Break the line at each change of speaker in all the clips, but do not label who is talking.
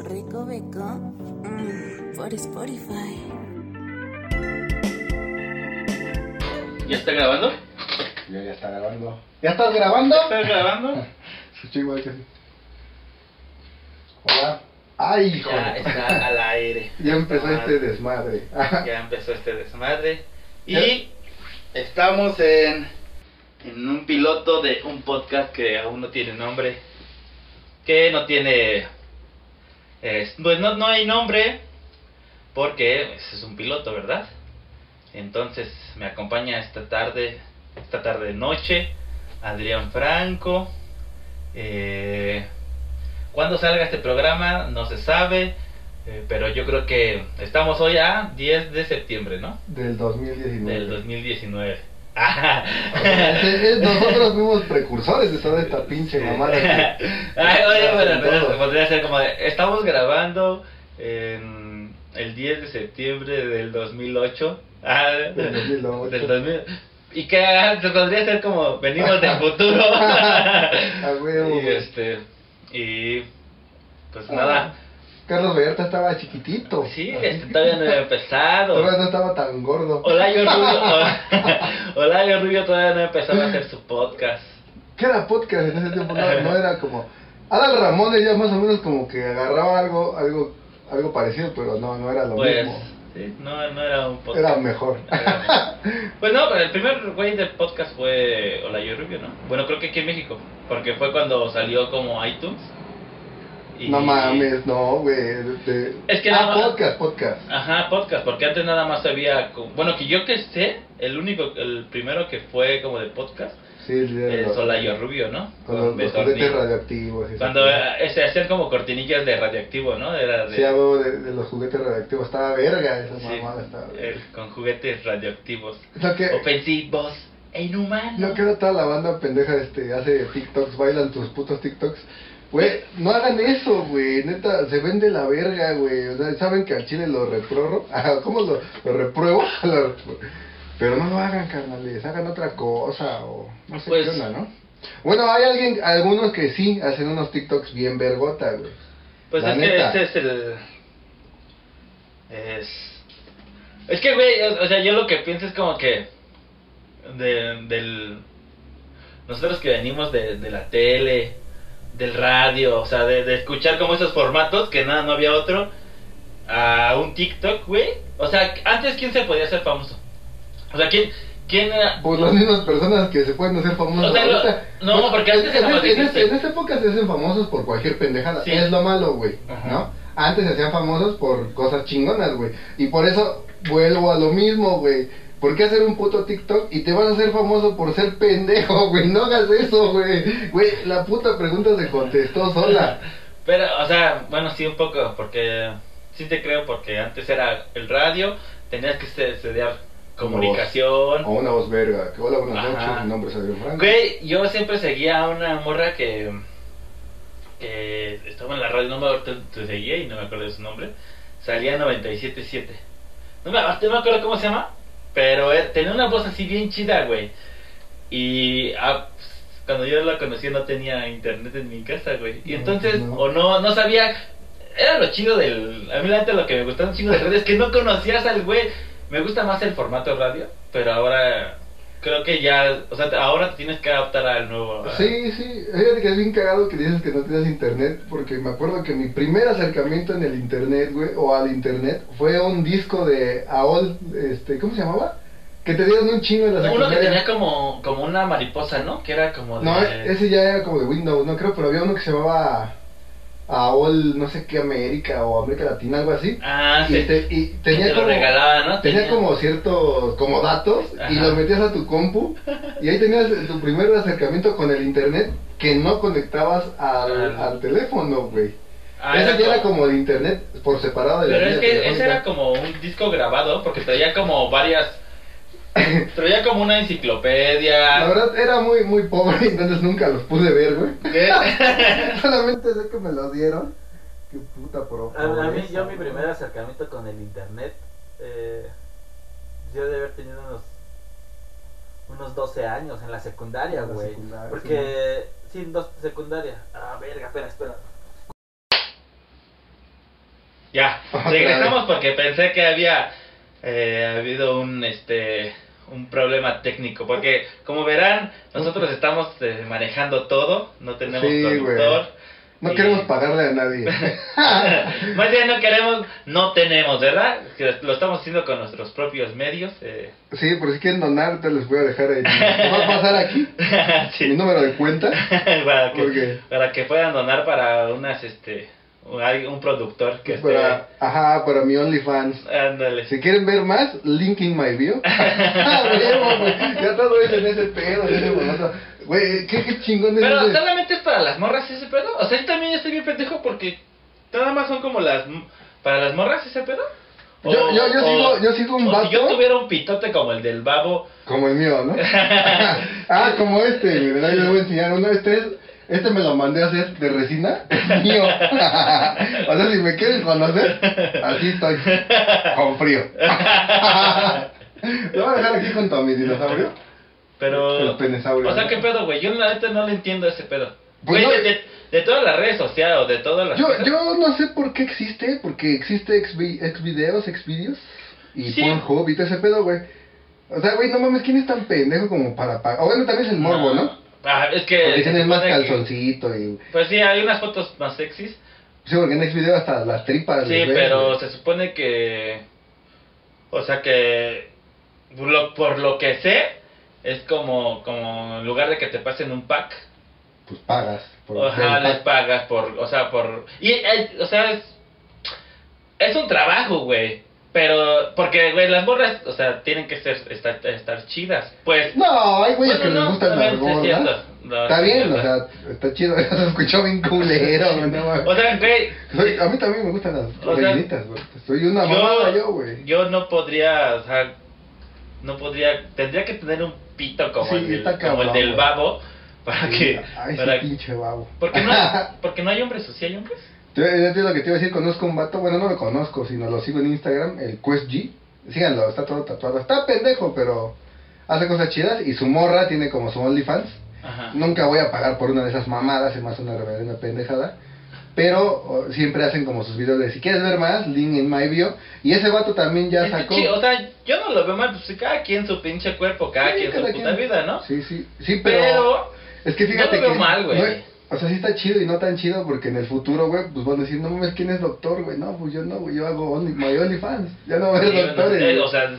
Gobeco mm, por Spotify.
¿Ya está grabando?
Ya, ya está grabando. ¿Ya estás grabando?
¿Estás grabando?
Escuché igual que así. Hola. ¡Ay, hijo!
Ya Ah. está al aire.
Ya empezó
Madre.
este desmadre.
Ya empezó este desmadre. Y
Ya.
estamos en, en un piloto de un podcast que aún no tiene nombre. Que no tiene. es- pues no, no hay nombre. Porque pues, es un piloto, ¿verdad? Entonces me acompaña esta tarde, esta tarde noche, Adrián Franco. Eh, cuando salga este programa no se sabe, eh, pero yo creo que estamos hoy a 10 de septiembre, ¿no?
Del 2019.
Del 2019.
Eh, eh, Nosotros fuimos precursores de toda esta pinche mamada. que-
Ay, oye, bueno,
Todo.
podría- podría ser como de, estamos grabando en el 10 de septiembre del 2008. Ah,
Del 2008.
del 2000. y que ah, se podría ser como venimos del futuro.
A huevo,
y
güey.
este y pues
Ah,
nada.
Carlos Vallarta estaba chiquitito.
Sí, este todavía no había
Todavía
empezado.
no estaba tan gordo.
Olayo Rubio, Olayo Rubio todavía no empezaba a hacer su podcast.
¿Qué era podcast en ese tiempo? No, no era como. Adal Ramones ya más o menos como que agarraba algo, algo, algo parecido, pero no, no era lo
Pues
mismo.
sí, no, no era un podcast.
Era mejor.
Era- Pues no, pero el primer güey del podcast fue Olayo Rubio, ¿no? Bueno, creo que aquí en México, porque fue cuando salió como iTunes. y-
No mames, no, güey. de-
Es que
ah,
no-
podcast, podcast.
Ajá, podcast, porque antes nada más había, co- bueno, que yo que sé, el único, el primero que fue como de podcast
Sí, el día de
es
los-
Olayo Rubio, ¿no?
Con los, los
Betornillo.
juguetes radioactivos. y
Cuando
esas cosas.
eh, se hacían como cortinillas de radioactivo, ¿no? Era de,
Sí, algo de, de los juguetes radioactivos. Estaba verga esa
sí,
mamada. Estaba verga.
eh, con juguetes radioactivos,
Lo que,
ofensivos e inhumanos.
lo que era toda la banda pendeja este, hace TikToks, bailan tus putos TikToks. Güey, no hagan eso, güey. Neta, se vende la verga, güey. O sea, saben que al chile lo reprorro. Ajá, ¿Cómo lo, lo repruebo? Lo repro- Pero no lo hagan, carnales. Hagan otra cosa o no sé
Pues-
qué onda, ¿no? Bueno, hay alguien, algunos que sí hacen unos TikToks bien vergota, güey.
Pues
La
es
neta.
que este es el. Es. Es que, güey, o o sea, yo lo que pienso es como que. de- del. Nosotros que venimos de, de la tele, del radio, o sea, de, de escuchar como esos formatos que nada, no había otro, a un TikTok, güey. O sea, antes, ¿quién se podía hacer famoso? O sea, ¿quién, quién era.?
Pues las mismas personas que se pueden hacer famosos
O sea, lo-
ahorita.
no,
Pues,
porque antes
en,
era más
en- en-
difícil.
en esa época se hacen famosos por cualquier pendejada.
Sí.
Es lo malo, güey.
Ajá.
¿No? Antes se hacían famosos por cosas chingonas, güey. Y por eso vuelvo a lo mismo, güey. ¿Por qué hacer un puto TikTok y te vas a hacer famoso por ser pendejo, güey? No hagas eso, güey. Güey, la puta pregunta se contestó sola.
Pero, o sea, bueno, sí, un poco, porque sí te creo, porque antes era el radio, tenías que este- estudiar
O
comunicación.
una voz verga. Que hola, buenas
Ajá.
noches. Mi nombre es Adrián Franco.
Güey, yo siempre seguía a una morra que, que estaba en la radio, no me acuerdo, te seguía y no me acuerdo de su nombre. Salía en 97.7. No me, no me acuerdo cómo se llama, pero eh, tenía una voz así bien chida, güey. Y ah, pues, cuando yo la conocí no tenía internet en mi casa, güey. Y
No,
entonces,
no.
o no, no sabía. Era lo chido del. A mí, la neta, lo que me gustaba un chingo de redes es que no conocías al güey. Me gusta más el formato radio, pero ahora creo que ya. O sea, te- ahora te tienes que adaptar al nuevo. a-
Sí, sí. Fíjate que es bien cagado que dices que no tienes internet, porque me acuerdo que mi primer acercamiento en el internet, güey, o al internet, fue un disco de AOL, este, ¿cómo se llamaba? Que te dieron un chingo en la
Uno que
secundaria.
tenía como, como una mariposa, ¿no? Que era como de.
No, ese ya era como de Windows, no creo, pero había uno que se llamaba AOL, no sé qué, América o América Latina, algo así.
Ah,
y,
sí.
te- y
Que
tenía
te lo
como...
regalaba, ¿no?
Tenía como ciertos como datos
Ajá.
y los metías a tu compu y ahí tenías tu primer acercamiento con el internet que no conectabas al,
Ah.
al teléfono, güey.
Ah,
Ese ya era como el internet por separado de la
Pero es
línea
que ese
telefónica.
era como un disco grabado, porque traía como varias. Traía como una enciclopedia.
La verdad era muy muy pobre, entonces nunca los pude ver, güey.
¿Qué?
Solamente sé que me los dieron. Qué puta pro.
A, a mí, yo
pobreza,
mi
güey.
primer acercamiento con el internet, eh, yo de haber tenido unos, unos 12 años en la secundaria,
En la
güey.
secundaria,
Porque, sí, en dos secundaria. Ah, verga, espera, espera.
otra
Regresamos
vez.
porque pensé que había eh, habido un este un problema técnico porque como verán nosotros estamos eh, manejando todo no tenemos
Sí, güey.
conductor
No
Y-
queremos pagarle a nadie.
más bien no queremos no tenemos verdad Que lo estamos haciendo con nuestros propios medios eh.
Sí, por si quieren donar, te les voy a dejar ahí. Va a pasar aquí
Sí.
mi número de cuenta.
para que
Porque-
para que puedan donar para unas este un, al- un productor que esté
Pues Para, ajá, para mi OnlyFans.
ándale
Si quieren ver más, link in my bio. Ah, huevo, güey. ya todo es en ese pedo, en ese momento. Güey, qué, qué chingón es
Pero
ese-
solamente es para las morras ese pedo. O sea, yo también estoy bien pendejo porque nada más son como las. Para las morras ese pedo.
Yo- yo- yo sigo- yo sigo un
o Si yo
vato.
tuviera un pitote como el del babo.
Como el mío, ¿no? ah, como este, güey, ¿verdad? Yo le voy a enseñar uno. Este es, este me lo mandé a hacer de resina. Es mío. o sea, si me quieren conocer, así estoy. Con frío. lo voy a dejar aquí junto a mi dinosaurio.
Pero.
El penesaurio,
O sea,
¿no?
qué pedo, güey. Yo la neta no le entiendo ese pedo.
Pues
Güey,
no-
de, de- de todas las redes sociales o de todas las.
Yo,
cosas-
yo no sé por qué existe, porque existe Xvi- Xvideos, Xvideos y
Sí.
Pornhub y todo ese pedo, güey. O sea, güey, no mames, ¿quién es tan pendejo como para pagar? O bueno, también es el morbo, ¿no?
Ah, es que.
Porque tienen más
supone que-
calzoncito y...
Pues sí, hay unas fotos más sexys.
Sí, porque en Xvideos hasta las tripas.
Sí,
les ves,
pero
güey.
se supone que. O sea que. Por lo, por lo que sé, es como, como en lugar de que te pasen un pack,
Pues pagas. por-
ajá,
por-
les pagas por. O sea, por. Y, eh, o sea, es. Es un trabajo, güey. Pero. Porque, güey, las borras, o sea, tienen que ser estar, estar chidas. Pues.
No, hay güeyes que
bueno,
les
no,
gustan
también
las
sí es cierto.
gordas.
No,
Está
sí es
bien, o
cierto.
sea, está chido. Se escuchó bien culero, güey. no mames.
O sea, güey,
Soy- a mí también me gustan las
O sea,
rellenitas, güey. Soy una mamada yo, güey.
yo no podría, o sea, no podría, tendría que tener un pito como,
Sí,
el, del,
está
como el
cabrón,
del
güey.
babo para
Sí,
que,
Ay,
para,
ese pinche babo.
porque no, hay- porque no hay hombres, ¿o sí hay hombres?
Yo, yo te- lo que te iba a decir, conozco un vato, bueno, no lo conozco, sino lo sigo en Instagram, el Quest G. Síganlo, está todo tatuado. Está pendejo, pero hace cosas chidas. Y su morra tiene como su OnlyFans.
Ajá.
Nunca voy a pagar por una de esas mamadas, es más una reverenda pendejada. Pero o, siempre hacen como sus videos de si quieres ver más, link in my bio. Y ese vato también ya
Es que
sacó.
chi- o sea, yo no lo veo mal, pues cada quien su pinche cuerpo, cada
Sí,
quien
cada
su puta
quien.
vida, ¿no?
Sí, sí, sí, pero.
Pero,
es que fíjate
yo lo veo
que.
mal, güey.
no es- o sea, sí está chido y no tan chido porque en el futuro, güey, pues van a decir, no mames, ¿quién es doctor, güey? No, pues yo no, güey, yo hago only, my OnlyFans. Ya no voy a ser
sí,
doctor.
bueno,
güey.
eh, o sea,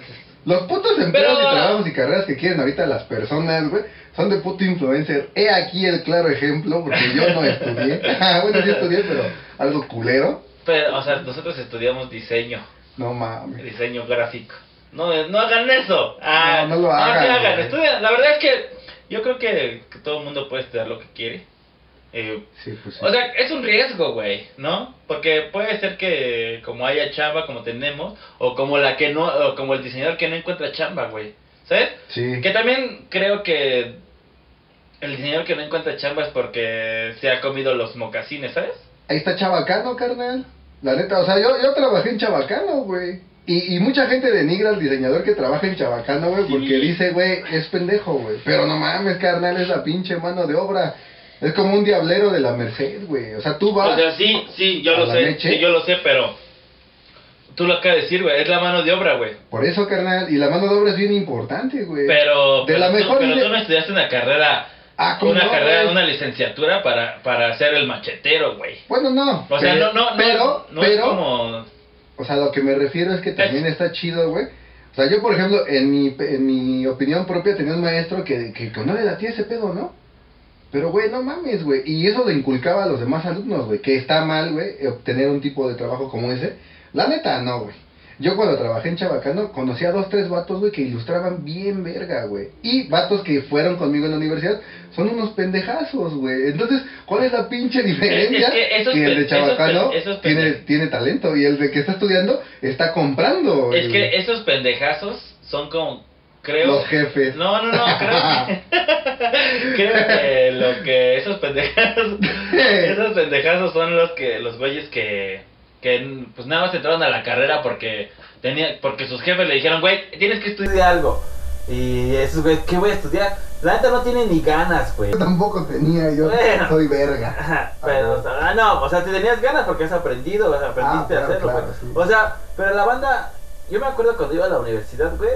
Los putos empleos
Pero-
y trabajos y carreras que quieren ahorita las personas, güey, son de puto influencer. He aquí el claro ejemplo, porque yo no estudié. bueno, sí estudié, pero algo culero.
pero, o sea, nosotros estudiamos diseño,
No mames.
diseño gráfico. No, eh, no hagan eso. Ah,
No, no lo hagan,
se
güey.
Estudia- La verdad es que yo creo que, que todo el mundo puede estudiar lo que quiere. Eh,
Sí, pues sí.
O sea, es un riesgo, güey, ¿no? Porque puede ser que como haya chamba como tenemos, o como la que no, o como el diseñador que no encuentra chamba, güey. ¿Sabes?
sí.
Que también creo que el diseñador que no encuentra chamba es porque se ha comido los mocasines, ¿sabes?
Ahí está Chabacano, carnal. La neta, o sea, yo, yo trabajé en Chabacano, güey. Y, y mucha gente denigra al diseñador que trabaja en Chabacano, güey,
Sí.
porque dice, güey, es pendejo, güey. Pero no mames, carnal, es la pinche mano de obra. Es como un diablero de la Merced, güey. O sea, tú vas...
O sea, sí, sí, yo
¿A
lo
la
sé,
leche?
sí, yo lo sé, pero tú lo acabas de decir, güey, es la mano de obra, güey.
Por eso, carnal, y la mano de obra es bien importante, güey.
Pero,
de
pero
la
tú-
mejor
pero
ide-
tú no estudiaste una carrera,
Ah, ¿cómo
una
no,
carrera,
güey?
una licenciatura para, para ser el machetero, güey.
Bueno, no.
O sea, no,
pero-
no, no,
Pero,
no es
pero,
como...
o sea, lo que me refiero es que también está chido, güey. O sea, yo, por ejemplo, en mi, en mi opinión propia tenía un maestro que, que, que no le latía ese pedo, ¿no? Pero, güey, no mames, güey. Y eso le inculcaba a los demás alumnos, güey. Que está mal, güey, obtener un tipo de trabajo como ese. La neta, no, güey. Yo cuando trabajé en Chabacano conocí a dos, tres vatos, güey, que ilustraban bien verga, güey. Y vatos que fueron conmigo en la universidad son unos pendejazos, güey. Entonces, ¿cuál es la pinche diferencia?
Es que esos
el de
pe- esos
Chabacano
pe- esos
tiene,
pendejos.
tiene talento y el de que está estudiando está comprando.
Es
güey.
que esos pendejazos son como, creo...
Los jefes.
No, no, no, creo que, creo que lo que esos pendejazos,
Eh,
esos pendejazos son los que, los güeyes que, que pues nada más entraron a la carrera porque tenía, porque sus jefes le dijeron, güey, tienes que estudiar
Estudia algo. Y esos güeyes, ¿qué voy a estudiar? La neta no tiene ni ganas, güey.
Yo tampoco tenía, yo
Bueno.
soy verga.
Ajá, pero, o sea, ah, no, o sea, te tenías ganas porque has aprendido, o sea, aprendiste
Ah, claro,
a hacerlo,
claro,
güey.
sí.
O sea, pero la banda, yo me acuerdo cuando iba a la universidad, güey,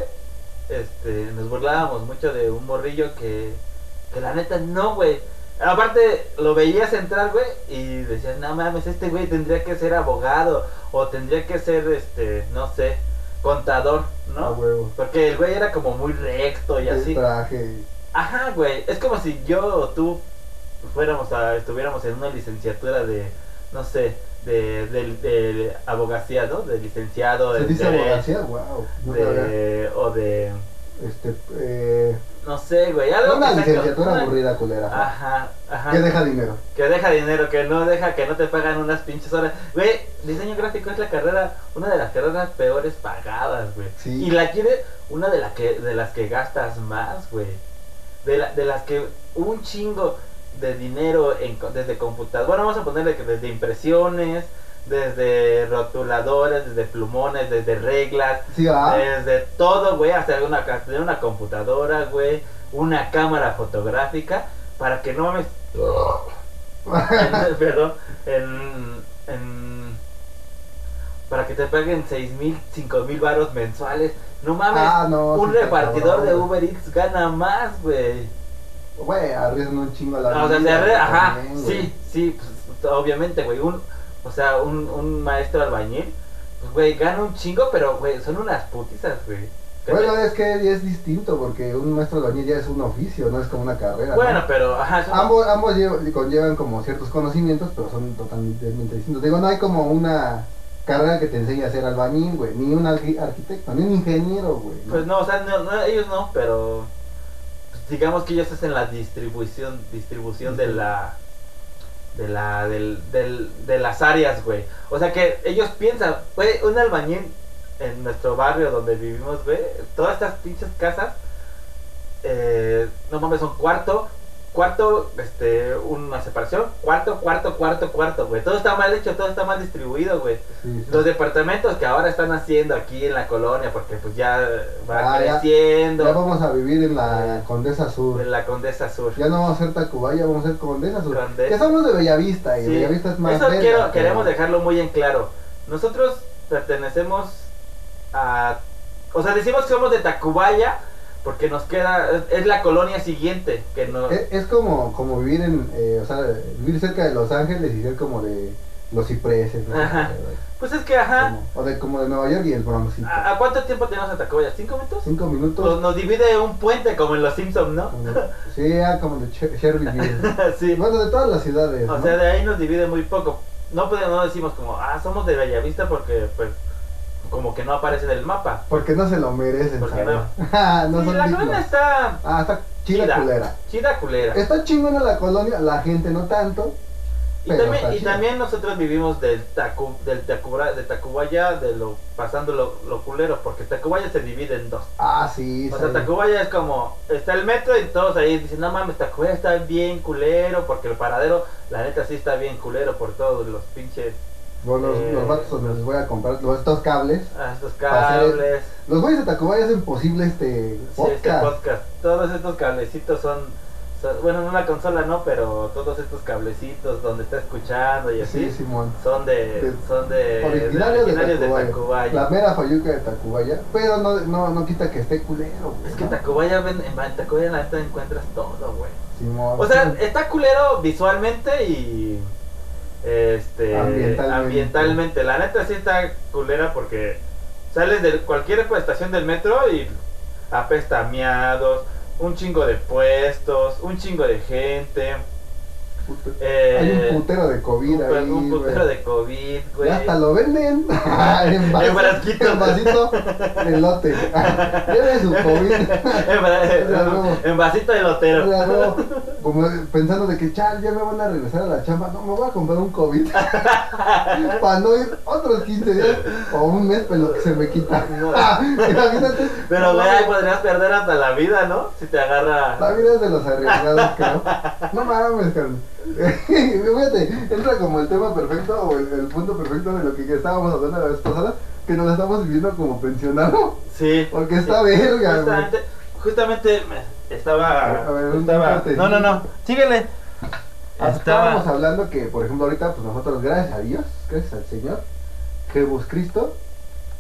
este, nos burlábamos mucho de un morrillo que, que la neta no, güey. Aparte, lo veías entrar, güey, y decías, no mames, este güey tendría que ser abogado, o tendría que ser, este, no sé, contador, ¿no?
A huevo.
Porque el güey era como muy recto y
El
así.
traje.
Ajá, güey. Es como si yo o tú fuéramos a, estuviéramos en una licenciatura de, no sé, de, de, de abogacía, ¿no? De licenciado,
Se
en
dice
derecho,
abogacía, wow. No sabía.
de, o de,
Este, eh,
no sé, güey. Algo
una
que saca-
licenciatura
una-
aburrida, culera.
Ajá, ajá.
Que deja dinero.
Que deja dinero, que no deja, que no te pagan unas pinches horas. Güey, diseño gráfico es la carrera, una de las carreras peores pagadas, güey.
Sí.
Y la quiere una de, la que, de las que gastas más, güey. De, la- de las que un chingo de dinero en co- desde computadoras. Bueno, vamos a ponerle que desde impresiones, desde rotuladores, desde plumones, desde reglas,
Sí, ah.
desde todo, güey, hasta una, ca- tener una computadora, güey, una cámara fotográfica, para que no me... Perdón, en, en- Para que te paguen seis mil, cinco mil varos mensuales. No mames,
Ah, no,
un
sí está
repartidor
cabrón,
de
güey.
Uber Eats gana más, güey.
Güey, arriesgan un chingo a la
No, Ah, o sea,
vida,
se arre- ajá,
también, güey.
sí, sí, pues, obviamente, güey, un, o sea, un, un maestro albañil, pues, güey, gana un chingo, pero, güey, son unas putizas, güey. Que
Bueno,
te-
es que es distinto porque un maestro albañil ya es un oficio, no es como una carrera. ¿no?
bueno, pero, ajá, son-
Ambos, ambos lle- conllevan como ciertos conocimientos, pero son totalmente distintos. Digo, no hay como una carrera que te enseñe a ser albañil, güey, ni un arqui- arquitecto, ni un ingeniero, güey. ¿no?
pues no, o sea, no, no, ellos no, pero, pues, digamos que ellos hacen la distribución, distribución de la, de la, del, del, de las áreas, güey. O sea, que ellos piensan, güey, un albañil en nuestro barrio donde vivimos, güey, todas estas pinches casas, eh, no mames, son cuarto, cuarto, este, una separación, cuarto, cuarto, cuarto, cuarto, güey. Todo está mal hecho, todo está mal distribuido, güey.
Sí, sí.
Los departamentos que ahora están haciendo aquí en la colonia, porque pues ya va
Ah, ya.
creciendo
Ya vamos a vivir en la Condesa Sur.
en la Condesa Sur.
Ya no vamos a ser Tacubaya, vamos a ser Condesa Sur.
Condesa.
Que somos de Bellavista y
Sí.
Bellavista es más
Eso
verga,
quiero-
pero-
queremos dejarlo muy en claro. Nosotros pertenecemos a... O sea, decimos que somos de Tacubaya porque nos queda... es- Es la colonia siguiente que no...
Es, es como, como vivir en, eh, o sea, vivir cerca de Los Ángeles y ser como de los cipreses, ¿no?
Ajá. Pues es que, ajá...
Como- o de como de Nueva York y el Bronx. sí.
¿A, a cuánto tiempo tenemos a Tacubaya? ¿Cinco minutos?
Cinco
Pues
minutos.
nos divide un puente como en Los Simpsons, ¿no?
como de- sí, ah, como de Che- Shelbyville.
sí.
bueno, de todas las ciudades.
O
¿no?
sea, de ahí nos divide muy poco. No podemos, no decimos como, ah, somos de Bellavista porque, pues, como que no aparece en el mapa.
Porque no se lo merecen,
¿Por qué
¿sabes? Ah, no
Sí,
son
la
dignos.
colonia está
Ah, está chida
Chida.
culera.
chida culera.
Está chingona la colonia, la gente no tanto.
y
pero
también,
está
y
chida.
también nosotros vivimos del Tacu, del Tacubra- de Tacubaya, de lo, pasando lo, lo culero, porque Tacubaya se divide en dos.
Ah, sí.
O
sí.
sea, Tacubaya es como, está el metro y todos ahí dicen, no mames, Tacubaya está bien culero, porque el paradero, la neta sí está bien culero por todos los pinches,
Bueno, los,
eh,
los vatos donde les voy a comprar los, estos cables.
ah, estos
Para hacer-
cables.
Los güeyes de Tacubaya hacen posible este
Sí,
podcast.
este podcast. Todos estos cablecitos son, son- bueno, en una consola no, pero todos estos cablecitos donde está escuchando y así
sí, Simón.
son de,
De-
son de
Originarios de
originarios de
Tacubaya.
Tacubaya.
La mera fayuca de Tacubaya. Pero no, no, no quita que esté culero. güey,
Es que
¿no?
Tacubaya ven- en, en Tacubaya en la neta encuentras todo, güey.
Simón.
O sea, está culero visualmente y este
Ambientalmente.
ambientalmente. La neta sí está culera porque sales de cualquier pues, estación del metro y apesta a miados, un chingo de puestos, un chingo de gente.
Puta-
eh,
Hay un putero de COVID
un,
ahí,
un putero
güey.
de COVID,
Y
güey.
hasta lo venden en
En frasquito.
en vasito de lote. Tiene su COVID.
en, va- en vasito de lotero.
Ya, no, como pensando de que chal, ya me van a regresar a la chamba. No, me voy a comprar un COVID. Para no ir otros 15 días o un mes, pero lo que se me quita.
No.
Imagínate.
Pero,
no,
güey, ahí podrías perder hasta la vida, ¿no? Si te agarra.
La vida es de los arriesgados, creo. No mames, carnal. Fíjate, entra como el tema perfecto o el, el punto perfecto de lo que estábamos hablando la vez pasada, que nos la estamos viviendo como pensionados.
Sí.
Porque está verga, güey.
Justamente, justamente me- estaba.
A ver, un
estaba-
corte.
no, no, no. Síguele.
Estábamos
Estaba.
hablando que, por ejemplo, ahorita, pues nosotros, gracias a Dios, gracias al Señor, Jesucristo,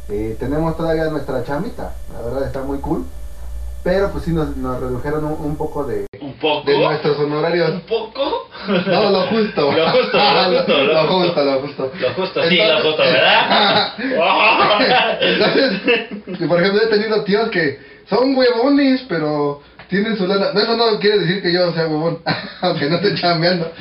eh, tenemos todavía nuestra chamita. La verdad está muy cool. Pero pues sí nos, nos redujeron un, un poco de,
Un poco.
de nuestros honorarios.
Un poco.
No, lo justo.
Lo justo, lo justo, lo
Lo
justo.
justo, lo justo.
Lo justo, sí, lo
Entonces-
justo, ¿verdad?
Entonces, y por ejemplo, he tenido tíos que son huevones, pero tienen su lana. No, eso no quiere decir que yo sea huevón, aunque no esté chambeando.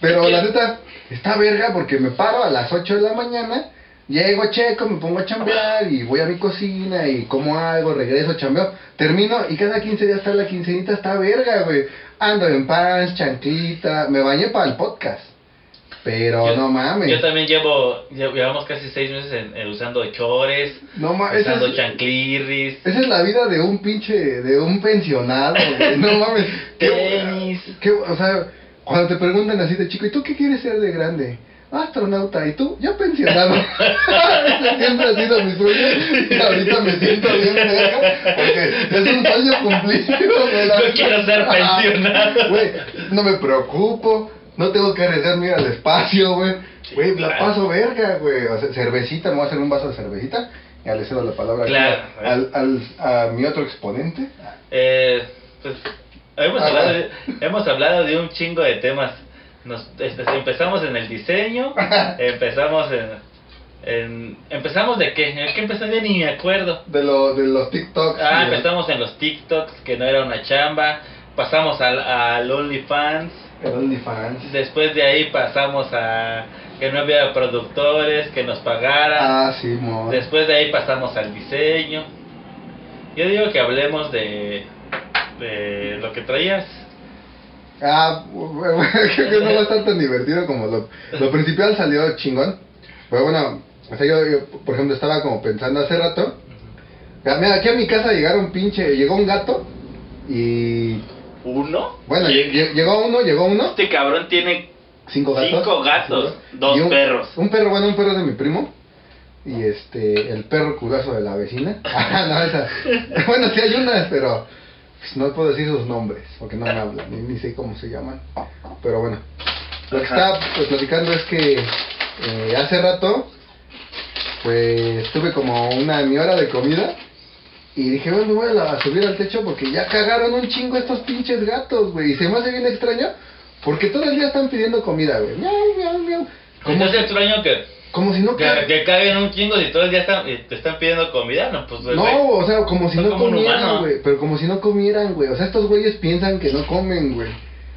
Pero la neta, está verga porque me paro a las 8 de la mañana, llego, checo, me pongo a chambear y voy a mi cocina y como algo, regreso, chambeo, termino y cada 15 días está la quincenita, está verga, güey. Ando en pants, chanclita, me bañé para el podcast. Pero
Yo-
no mames.
Yo también llevo, lle- llevamos casi seis meses en- en usando chores,
no mames.
usando
esas-
chanclirris,
Esa es la vida de un pinche, de un pensionado, güey. No mames.
tenis.
qué- o sea, cuando te preguntan así de chico, ¿y tú qué quieres ser de grande? Astronauta, ¿y tú? Ya pensionado. Ese siempre ha sido mi sueño. Y ahorita me siento bien, verga, porque es un sueño cumplido. güey, la
No
neta.
quiero ser pensionado.
Güey, no me preocupo. No tengo que arriesgarme al espacio, güey. Güey, la
claro.
paso verga, güey. O sea, cervecita, me voy a hacer un vaso de cervecita. Ya le cedo la palabra aquí
Claro.
al, al, a mi otro exponente.
Eh, pues, hemos,
Ajá.
hablado de, hemos hablado de un chingo de temas. Nos, este, empezamos en el diseño, empezamos en, en- ¿Empezamos de qué? ¿En qué empezó? Ya ni me acuerdo.
De, lo, de los TikToks.
Ah,
y de-
empezamos en los TikToks, que no era una chamba. Pasamos al, al OnlyFans.
El OnlyFans.
Después de ahí pasamos a que no había productores, que nos pagaran.
Ah, sí, mo.
Después de ahí pasamos al diseño. Yo digo que hablemos de, de lo que traías.
Ah, bueno, creo que no va a estar tan divertido como lo, lo principal salió chingón. Pero bueno, o sea, yo, yo, por ejemplo, estaba como pensando hace rato. Ah, Mira, aquí a mi casa llegaron pinche, llegó un gato y...
¿Uno?
Bueno,
Y-
lle- llegó uno, llegó uno.
Este cabrón tiene
Cinco gatos.
Cinco gatos, dos
Y un-
perros.
Un perro, bueno, un perro de mi primo. Y este, el perro culazo de la vecina. Ah, no, esa. Bueno, sí hay unas, pero pues, no puedo decir sus nombres, porque no me hablan, ni, ni sé cómo se llaman. Pero bueno, lo que
Ajá.
estaba pues, platicando es que eh, hace rato, pues tuve como una mi hora de comida. Y dije, bueno, me voy a, la- a subir al techo porque ya cagaron un chingo estos pinches gatos, güey. Y se me hace bien extraño porque todo el día están pidiendo comida, güey. Miau, miau, miau.
¿Cómo
Como,
Pues es extraño que,
como si no...
que,
ca-
que caguen un chingo si todo el día están- y te están pidiendo comida? No, pues güey,
No, o sea, como si
Son
no
como un humano.
comieran, güey. Pero como si no comieran, güey. O sea, estos güeyes piensan que no comen, güey.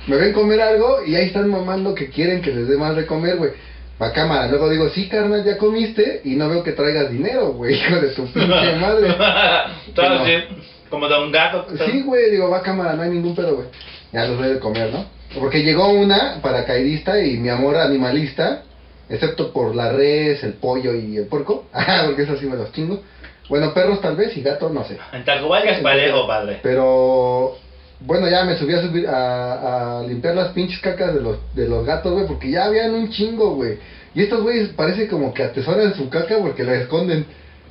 Me ven comer algo y ahí están mamando que quieren que les dé más de comer, güey. Va cámara. Luego digo, sí, carnal, ya comiste y no veo que traigas dinero, güey. Hijo de tu pinche madre.
Todo
No.
así, como de un gato.
Sí, güey, digo, va cámara, no hay ningún pedo, güey. Ya los doy de comer, ¿no? Porque llegó una paracaidista y mi amor animalista, excepto por la res, el pollo y el puerco, ah, porque eso sí me los chingo. Bueno, perros tal vez y gatos, no sé.
En Tacubaya es oh, parejo, padre.
Pero bueno, ya me subí a subir a, a limpiar las pinches cacas de los, de los gatos, güey, porque ya habían un chingo, güey. Y estos güeyes parece como que atesoran su caca porque la esconden.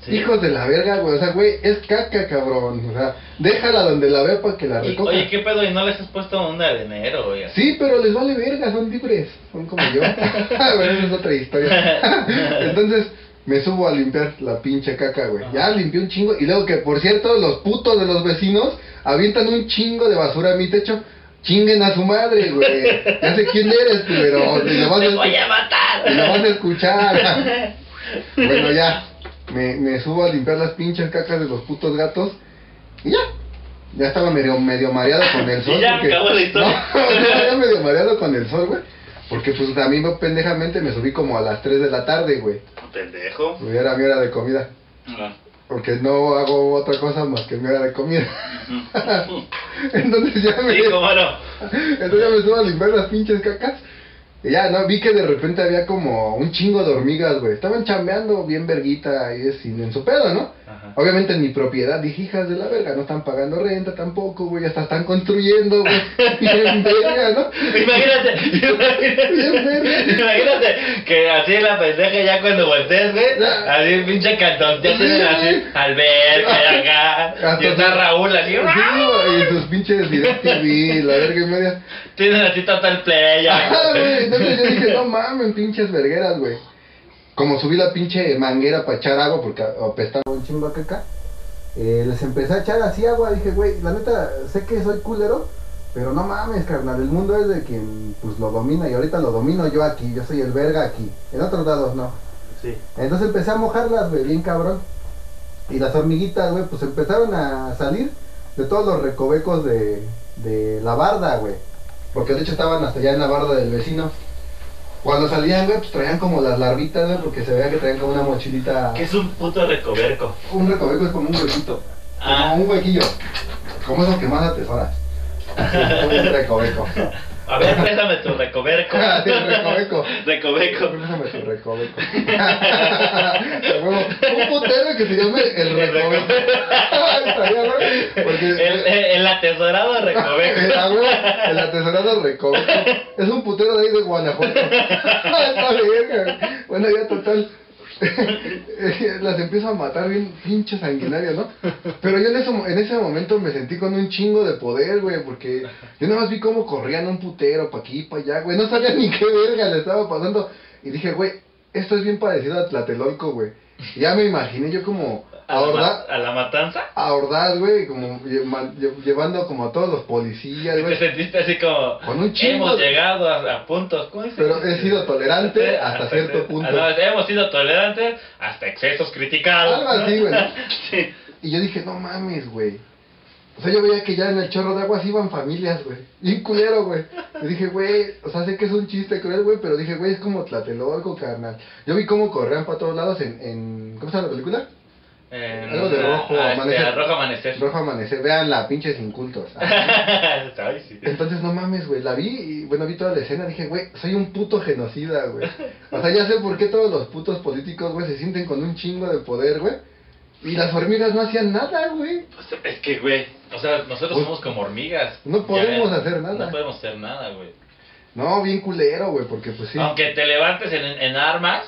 Sí.
Hijos de la verga, güey. O sea, güey, es caca, cabrón. O sea, déjala donde la vea para que la
Y,
recoja.
oye, ¿qué pedo? ¿Y no les has puesto un arenero, güey?
Sí, pero les vale verga, son libres, son como yo. A ver, esa es otra historia. Entonces, me subo a limpiar la pinche caca, güey. Ya limpié un chingo. Y luego que, por cierto, los putos de los vecinos avientan un chingo de basura a mi techo. Chinguen a su madre, güey. Ya sé quién eres, pero ni lo vas
¡Te
a,
voy a matar!
ni lo vas a escuchar. Bueno, ya. Me, me subo a limpiar las pinches cacas de los putos gatos. Y ya. Ya estaba medio, medio mareado con el sol.
Y ya,
porque-
acabó la historia.
No, ya medio mareado con el sol, güey. Porque pues a mí no pendejamente me subí como a las 3 de la tarde, güey.
Pendejo.
Güey, Era mi hora de comida.
No.
Porque no hago otra cosa más que mi hora de comida. Entonces ya me...
Sí, cómo no.
Entonces ya me subo a limpiar las pinches cacas. Y ya, no, vi que de repente había como un chingo de hormigas, güey. Estaban chambeando bien verguita y es sin en su pedo, ¿no?
Ajá.
Obviamente en mi propiedad dije, hijas de la verga, no están pagando renta tampoco, güey, hasta están construyendo, güey. Bien verga, ¿no?
Imagínate, imagínate, imagínate que así la pendeja ya cuando voltees, güey, así pinche cantón, ya tienen así alberca y acá,
Hasta-
Y está Raúl así.
Sí, güey, y sus pinches direct TV, la verga y media.
Tiene la tita tal play. ya.
Ah,
Ajá, Ah, güey. Entonces yo dije, no mames, pinches vergueras, güey. Como subí la pinche manguera para echar agua porque apestaba un chingo a caca, eh, les empecé a echar así agua. Dije, güey, la neta, sé que soy culero, pero no mames, carnal. El mundo es de quien pues lo domina y ahorita lo domino yo aquí. Yo soy el verga aquí. En otros lados no.
Sí.
Entonces empecé a mojarlas, güey, bien cabrón. Y las hormiguitas, güey, pues empezaron a salir de todos los recovecos de, de la barda, güey. Porque de hecho estaban hasta allá en la barda del vecino. Cuando salían, güey, pues traían como las larvitas, güey, porque se veía que traían como una mochilita.
Que es un puto recoberco.
Un recoveco es como un huequito.
Ah.
Como un huequillo. Como esos que más atesoras. Así, un recoveco.
A ver, préstame tu recoberco.
Ah,
Ah, Sí, recoveco.
Recoveco.
Déjame tu recoveco. A huevo. un putero que se llame el recoveco. Estaría, güey, Porque
El, el, el atesorado recoberco.
Ah, güey, el atesorado recoveco. Es un putero de ahí de Guanajuato. Está verga. Bueno, ya total. Las empiezo a matar bien pinche sanguinaria, ¿no? Pero yo en, eso, en ese momento me sentí con un chingo de poder, güey, porque yo nada más vi cómo corrían un putero pa' aquí, pa' allá, güey. No sabía ni qué verga le estaba pasando. Y dije, güey, esto es bien parecido a Tlatelolco, güey. Y ya me imaginé yo como
A la,
ahorda-
ma- a la matanza.
a Ordaz, güey, como lle- man- lle- llevando como a todos los policías,
Te
güey.
sentiste así como.
Con un chingo
Hemos
de-
llegado a, a puntos. ¿Cómo dice?
Pero he sido tolerante hasta cierto punto.
Ah, no, hemos sido tolerantes hasta excesos criticados.
Algo así, güey.
Sí.
Y yo dije, no mames, güey. O sea, yo veía que ya en el chorro de agua se iban familias, güey. Bien culero, güey. Y dije, güey, o sea, sé que es un chiste cruel, güey, pero dije, güey, es como Tlatelolco, carnal. Yo vi cómo corrían para todos lados en, en... ¿Cómo se llama la película?
En-
Algo de rojo
ah, este,
amanecer.
a rojo amanecer.
Rojo Amanecer. Vean la pinches incultos.
Ay, sí.
Ah. Entonces, no mames, güey, la vi y, bueno, vi toda la escena, dije, güey, soy un puto genocida, güey. O sea, ya sé por qué todos los putos políticos, güey, se sienten con un chingo de poder, güey. Y las hormigas no hacían nada, güey.
Pues, es que, güey, o sea, nosotros somos como hormigas.
Pues, No podemos
Ya,
hacer nada.
No podemos hacer nada, güey.
No, bien culero, güey, porque pues sí.
Aunque te levantes en, en armas,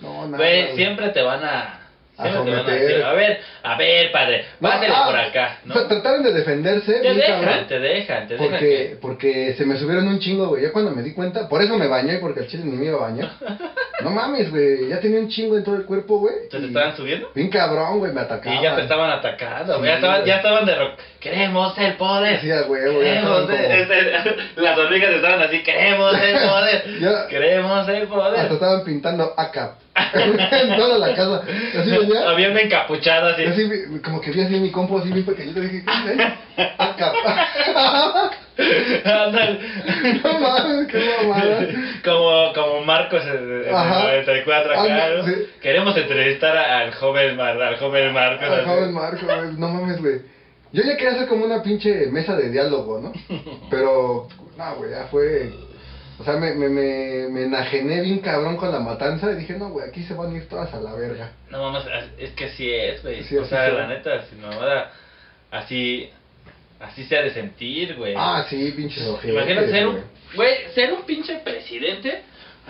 No, nada.
güey, siempre te van a...
A
Siempre te van a
someter.
decir, a ver, a ver, padre,
No,
pásale
ah,
por acá, ¿no?
tra- Trataron de defenderse,
Te
bien
dejan,
cabrón,
te dejan, te dejan.
Porque, porque se me subieron un chingo, güey. Ya cuando me di cuenta, por eso me bañé, porque al chile ni me iba a bañar. No mames, güey. Ya tenía un chingo en todo el cuerpo, güey.
que- ¿Se
y
te estaban subiendo?
Bien cabrón, güey, me atacaban.
Y ya te estaban atacando, güey, ya
Sí,
estaban,
güey.
ya estaban de rock. Queremos el poder.
Sí, a huevo, ya
Queremos
estaban
el- este- las hormigas estaban así, queremos el poder.
Ya-
Queremos el poder.
Hasta estaban pintando acá en toda la casa. Así venía.
Había un encapuchado así.
yo así vi- como que vi así mi compo así bien pequeñito. Dije, ¿qué es Ah, eso? Acá.
Ándale.
No mames, qué mamada.
Como, como Marcos en en el
Ajá.
94 acá,
Ándale,
¿no?
sí.
Queremos entrevistar a- al joven, Mar- al joven Marcos.
Al
así.
joven Marco, güey, no mames, güey. Yo ya quería hacer como una pinche mesa de diálogo, ¿no? Pero, no, güey, ya fue. O sea, me, me, me, me enajené bien cabrón con la matanza y dije, no, güey, aquí se van a ir todas a la verga.
No mames, es que así es, güey.
Sí,
o
así
sea,
sí.
la neta, sin mamada, así, así se ha de sentir, güey.
Ah, sí, pinche ojete.
Imagínate ser
güey.
un, güey, ser un pinche presidente,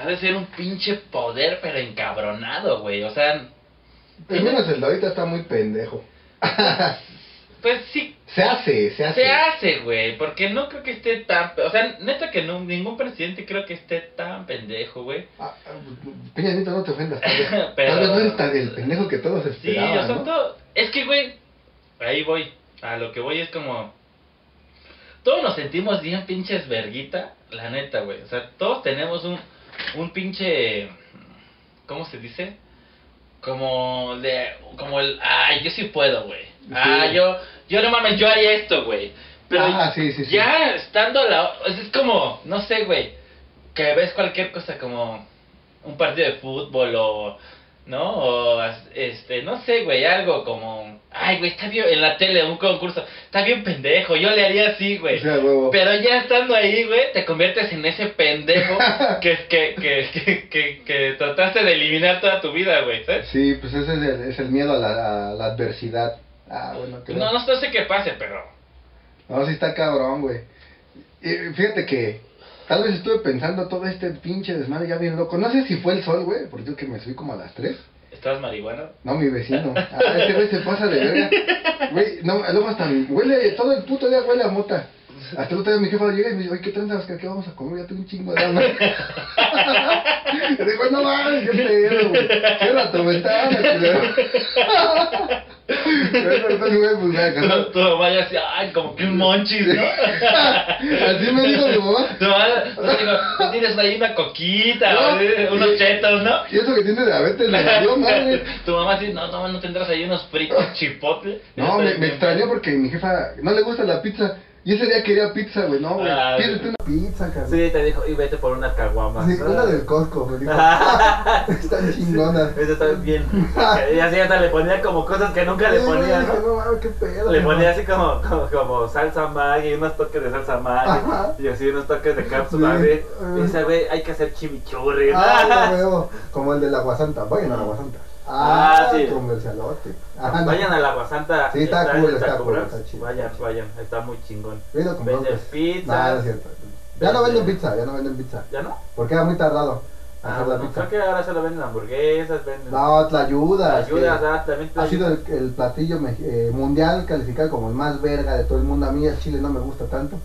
ha de ser un pinche poder, pero encabronado, güey. O sea,
El menos el de ahorita está muy pendejo.
pues sí
Se hace, se hace.
Se hace, güey, porque no creo que esté tan... O sea, neta que no, ningún presidente creo que esté tan pendejo, güey.
Ah, ah, Peña Nieto, no te ofendas. Tal vez,
Pero-
tal vez no eres tan el pendejo que todos
Sí,
esperaban.
o sea,
¿no?
todo- Es que, güey, ahí voy. A lo que voy es como... Todos nos sentimos bien pinches verguita, la neta, güey. O sea, todos tenemos un, un pinche... ¿Cómo se dice? Como de... Como el... Ay, yo sí puedo, güey. Ah,
Sí.
yo... Yo no mames, yo haría esto, güey. Pero
Ah, sí, sí, sí.
ya estando a la... o sea, Es como, no sé, güey. Que ves cualquier cosa como un partido de fútbol o... ¿No? O, as- este, no sé, güey, algo como... Ay, güey, está bien en la tele, un concurso. Está bien pendejo, yo le haría así, güey.
O sea, huevo.
Pero ya estando ahí, güey, te conviertes en ese pendejo que, que, que, que, que, que trataste de eliminar toda tu vida, güey, ¿sabes?
Sí, pues ese es el, es el miedo a la, a la adversidad. Ah, bueno, creo.
No, no, no sé qué pase, pero...
No, sí está cabrón, güey. Y fíjate que tal vez estuve pensando todo este pinche desmadre ya bien loco. No sé si fue el sol, güey, porque yo que me subí como a las 3.
¿Estabas marihuana?
No, mi vecino. Ah, ese güey se pasa de verga. Güey, no, luego hasta huele, todo el puto día huele a mota. Hasta el otro día mi jefa llega y me dice, oye, ¿qué tranza, Oscar? ¿Qué vamos a comer? Ya tengo un chingo de hambre. Le digo, no mames, qué pedo, güey. Cierra tu ventana, culero. Pero entonces, güey, pues, ya,
Tu,
¿no?
tu mamá ya decía, ay, como que un monchis, ¿no?
Así me dijo mi mamá.
Tu mamá, no, digo, "Tú tienes ahí una coquita,
No.
o unos chetos, ¿no?
Y eso que tiene diabetes, le dio madre.
tu mamá sí, no, no, no tendrás ahí unos fritos chipotle.
No, me, me extrañó porque mi jefa no le gusta la pizza. Y ese día quería pizza, güey. No, güey.
Ah,
Pídete una pizza, cabrón.
Sí, te dijo, y vete por unas caguamas.
Sí, una del Costco, me dijo. Están chingonas.
Eso está bien. Y así hasta le ponía como cosas que nunca le ponía,
Dije,
¿no?
No mames, qué pedo.
Le
no
ponía
mames.
así como, como, como salsa mag y unos toques de salsa
Ajá.
mag y así unos toques de cápsula.
Sí. eh.
así. Y dice, güey, hay que hacer chimichurri.
Ah, huevo. Como el de la Guasanta. Vayan a la Guasanta. Ah,
Ah, sí.
comercialote. Ajá, no.
Vayan a la Guasanta.
Sí, está
en
cool, está
Zacubras.
cool, está chido.
Vayan, vayan, está muy chingón.
He ido a comprar
Venden
pues.
pizza.
Nah, no es cierto. Ya no venden pizza, ya no venden pizza.
¿Ya no?
Porque era muy tardado
Ah,
hacer la
bueno, creo
pizza.
que ahora solo venden hamburguesas, venden
No, la ayuda. es que
ayudas, ah, también te
Ha sido el, el platillo me- eh, mundial calificado como el más verga de todo el mundo. A mí el chile no me gusta tanto,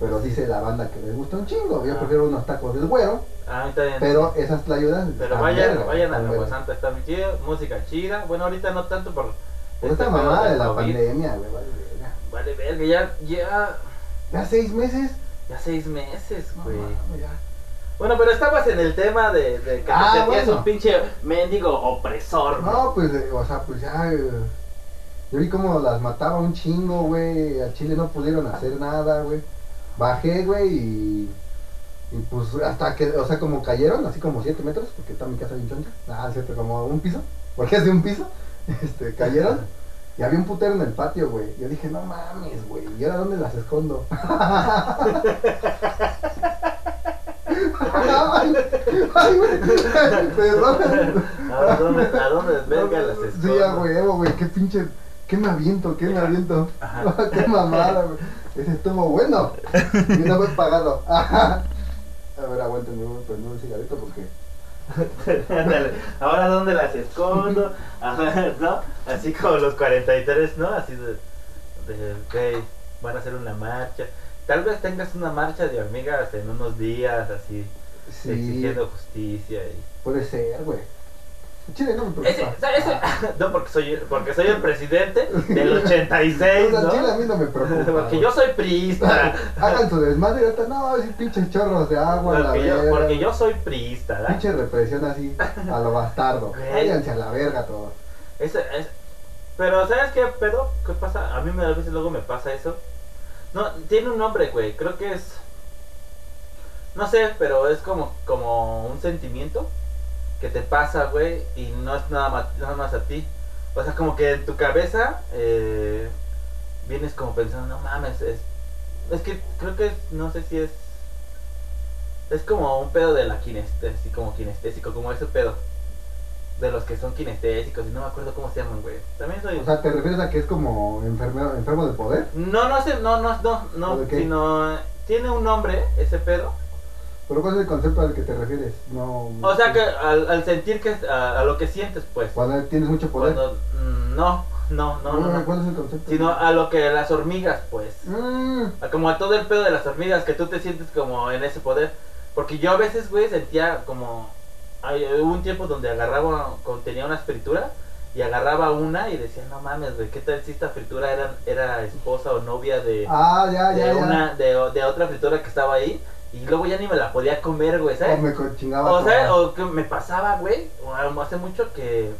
pero dice la banda que les gusta un chingo. Yo
Ah.
prefiero unos tacos del güero,
Ah, está bien.
pero esas tlayudas.
Pero vayan, vayan a la Guasanta, está muy chido, música chida. Bueno, ahorita no tanto por.
Por
este
esta
pedo
mamada
del
de la
COVID.
pandemia, güey, vale verga.
Vale, verga, ya, ya,
Ya seis meses.
ya seis meses,
No,
güey.
mames, ya.
Bueno, pero estabas en el tema de, de que
Ah,
te sentías
bueno.
un pinche mendigo opresor.
No, pues, eh, o sea, pues ya. eh, yo vi como las mataba un chingo, güey. Al Chile no pudieron hacer nada, güey. Bajé, güey, y. Y pues hasta que, o sea, como cayeron, así como 7 metros, porque está mi casa bien choncha. Ah, es cierto, como un piso. Porque es de un piso. Este, cayeron. Y había un putero en el patio, güey. Yo dije, no mames, güey. ¿Y ahora dónde las escondo? ay, ay, güey. Perdón.
¿A dónde, a dónde verga las
Sí,
escondes?
a huevo, güey, qué pinche. ¿Qué me aviento? ¿Qué me aviento?
Ajá.
qué mamada, güey. Ese estuvo bueno. Y no me he pagado. Ajá. A ver, aguántenme, voy a prender un cigarrito porque.
Ándale, Ahora dónde las escondo, Ajá, ¿no? Así como los 43, ¿no? Así de, de, ok, van a hacer una marcha. Tal vez tengas una marcha de hormigas en unos días, así,
Sí,
exigiendo justicia. Y...
puede ser, güey. Chile, no me
Ese-
preocupa.
ese- ese- Ah, no, porque soy, porque soy el presidente del 86,
O sea, Chile a
¿no?
mí no me preocupa.
Porque
güey.
yo soy priista.
Hagan su desmadre, y ahorita no, esos pinches chorros de agua, la
Porque yo,
verga.
porque yo soy priista, ¿verdad?
Pinche represión así, a lo bastardo.
Güey.
Váyanse a la verga todos.
Ese- es- pero, ¿sabes qué, Pedro? ¿Qué pasa? A mí me- a veces luego me pasa eso. No, tiene un nombre, güey. Creo que es. No sé, pero es como, como un sentimiento que te pasa, güey, y no es nada más, nada más a ti. O sea, como que en tu cabeza eh, vienes como pensando, no mames, es, es que creo que es- no sé si es. Es como un pedo de la kinestésico, como kinestésico, como ese pedo. De los que son kinestésicos, y no me acuerdo cómo se llaman, güey. También soy.
O sea, ¿te refieres a que es como enfermo, enfermo de poder?
no, no sé, no, no, no, no,
Ok.
sino. Tiene un nombre ese pedo.
Pero ¿cuál es el concepto al que te refieres? No.
O sea, que al, al sentir que. A, a lo que sientes, pues.
Cuando tienes mucho poder.
Cuando. mm, No, no, no, no.
Bueno,
no. ah,
¿Cuál es el concepto?
Sino a lo que las hormigas, pues.
Mm,
A Como a todo el pedo de las hormigas, que tú te sientes como en ese poder. Porque yo a veces, güey, sentía como. ay, Hubo un tiempo donde agarraba, con- tenía una fritura y agarraba una y decía, no mames, güey, ¿qué tal si esta fritura era, era esposa o novia de,
Ah, ya, ya,
de,
ya.
una, de, de otra fritura que estaba ahí? Y luego ya ni me la podía comer, güey, ¿sabes?
O me co- chingaba.
O sea,
todo.
o que me pasaba, güey, o hace mucho que.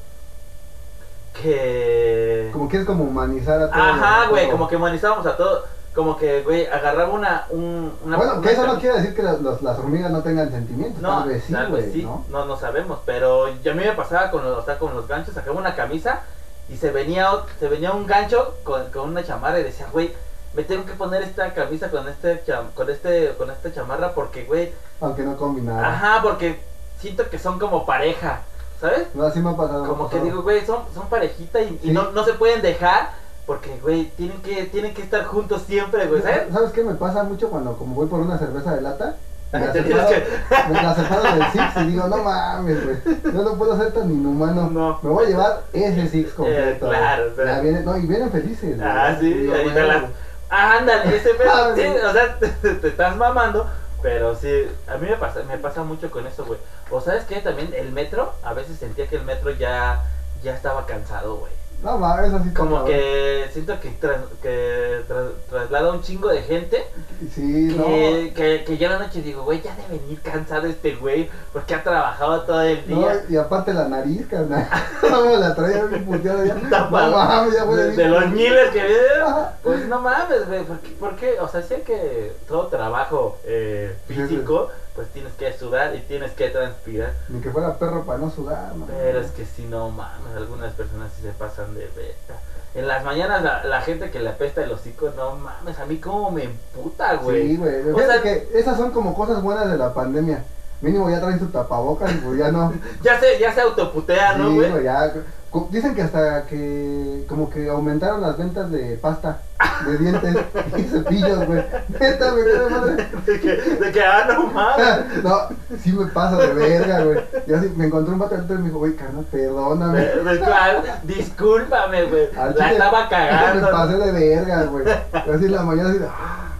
que.
Como quieres como humanizar a todo.
Ajá,
todo.
güey, como que humanizábamos a todo. Como que, güey, agarraba una. Un, una
Bueno, que
una-
eso no quiere decir que las, las- las hormigas no tengan sentimientos.
No,
tal vez sí,
tal
güey,
vez sí.
¿no?
¿no? no sabemos, pero yo a mí me pasaba con los, o sea, con los ganchos, sacaba una camisa y se venía, ot- se venía un gancho con, con una chamarra y decía, güey, me tengo que poner esta camisa con este cham- con este con esta chamarra porque, güey,
Aunque no combinara.
ajá, porque siento que son como pareja, ¿sabes?
No, así me ha pasado. me
Como
ha
que
pasado.
digo, güey, son, son parejita y, y
Ah, Sí.
no, no se pueden dejar porque, güey, tienen que, tienen que estar juntos siempre, güey, ¿sabes?
¿Sabes qué me pasa mucho cuando como voy por una cerveza de lata Me
Tenías
aceptaron,
que-
me la aceptaron el Six y digo, no mames, güey. No lo puedo hacer tan inhumano.
No.
Me voy a llevar ese Six completo. güey.
Eh, claro, pero-
Ya vienen- no, y vienen felices. güey.
Ah, sí,
Digo,
ahí
güey,
está la. Ah, ándale, ese pedo,
Ah,
sí,
sí.
o sea, te, te estás mamando, pero sí, a mí me pasa, me pasa mucho con eso, güey. O sabes que también el metro, a veces sentía que el metro ya, ya estaba cansado, güey.
No mames, así
Como
cabrón.
que siento que, tras- que tras- traslada un chingo de gente
Sí, no.
que, que, que yo en la noche digo, güey, ya de venir cansado este güey, porque ha trabajado todo el
No,
día.
y aparte la nariz, carnal. No me la traía bien puteada ya. No
Tapado.
mames, ya
de,
huele
de
bien.
los miles que vienen.
Ajá.
Pues no mames, güey, porque, porque, o sea, sé que todo trabajo eh, físico, pues tienes que sudar y tienes que transpirar,
Ni que fuera perro para no sudar, no.
pero es que si no mames, algunas personas sí se pasan de beta. En las mañanas la, la gente que le apesta el hocico, no mames, a mí como me emputa, güey.
Sí, güey.
O
Fíjate
sea-
que esas son como cosas buenas de la pandemia. Mínimo ya traen su tapabocas y pues ya no.
Ya se, ya se autoputea, ¿no,
Sí,
güey?
güey, ya. Cu- Dicen que hasta que como que aumentaron las ventas de pasta, de dientes y cepillos, güey. Neta, güey, qué de madre.
De que, de que, ah, no mames.
No, sí me pasa de verga, güey. Yo sí, me encontré un vato adentro y me dijo, güey, carnal, perdóname.
De- de- ah, Discúlpame, güey.
Al
La
chile,
estaba
Me pasé
cagando.
de verga, güey. Yo así en la mañana así, de,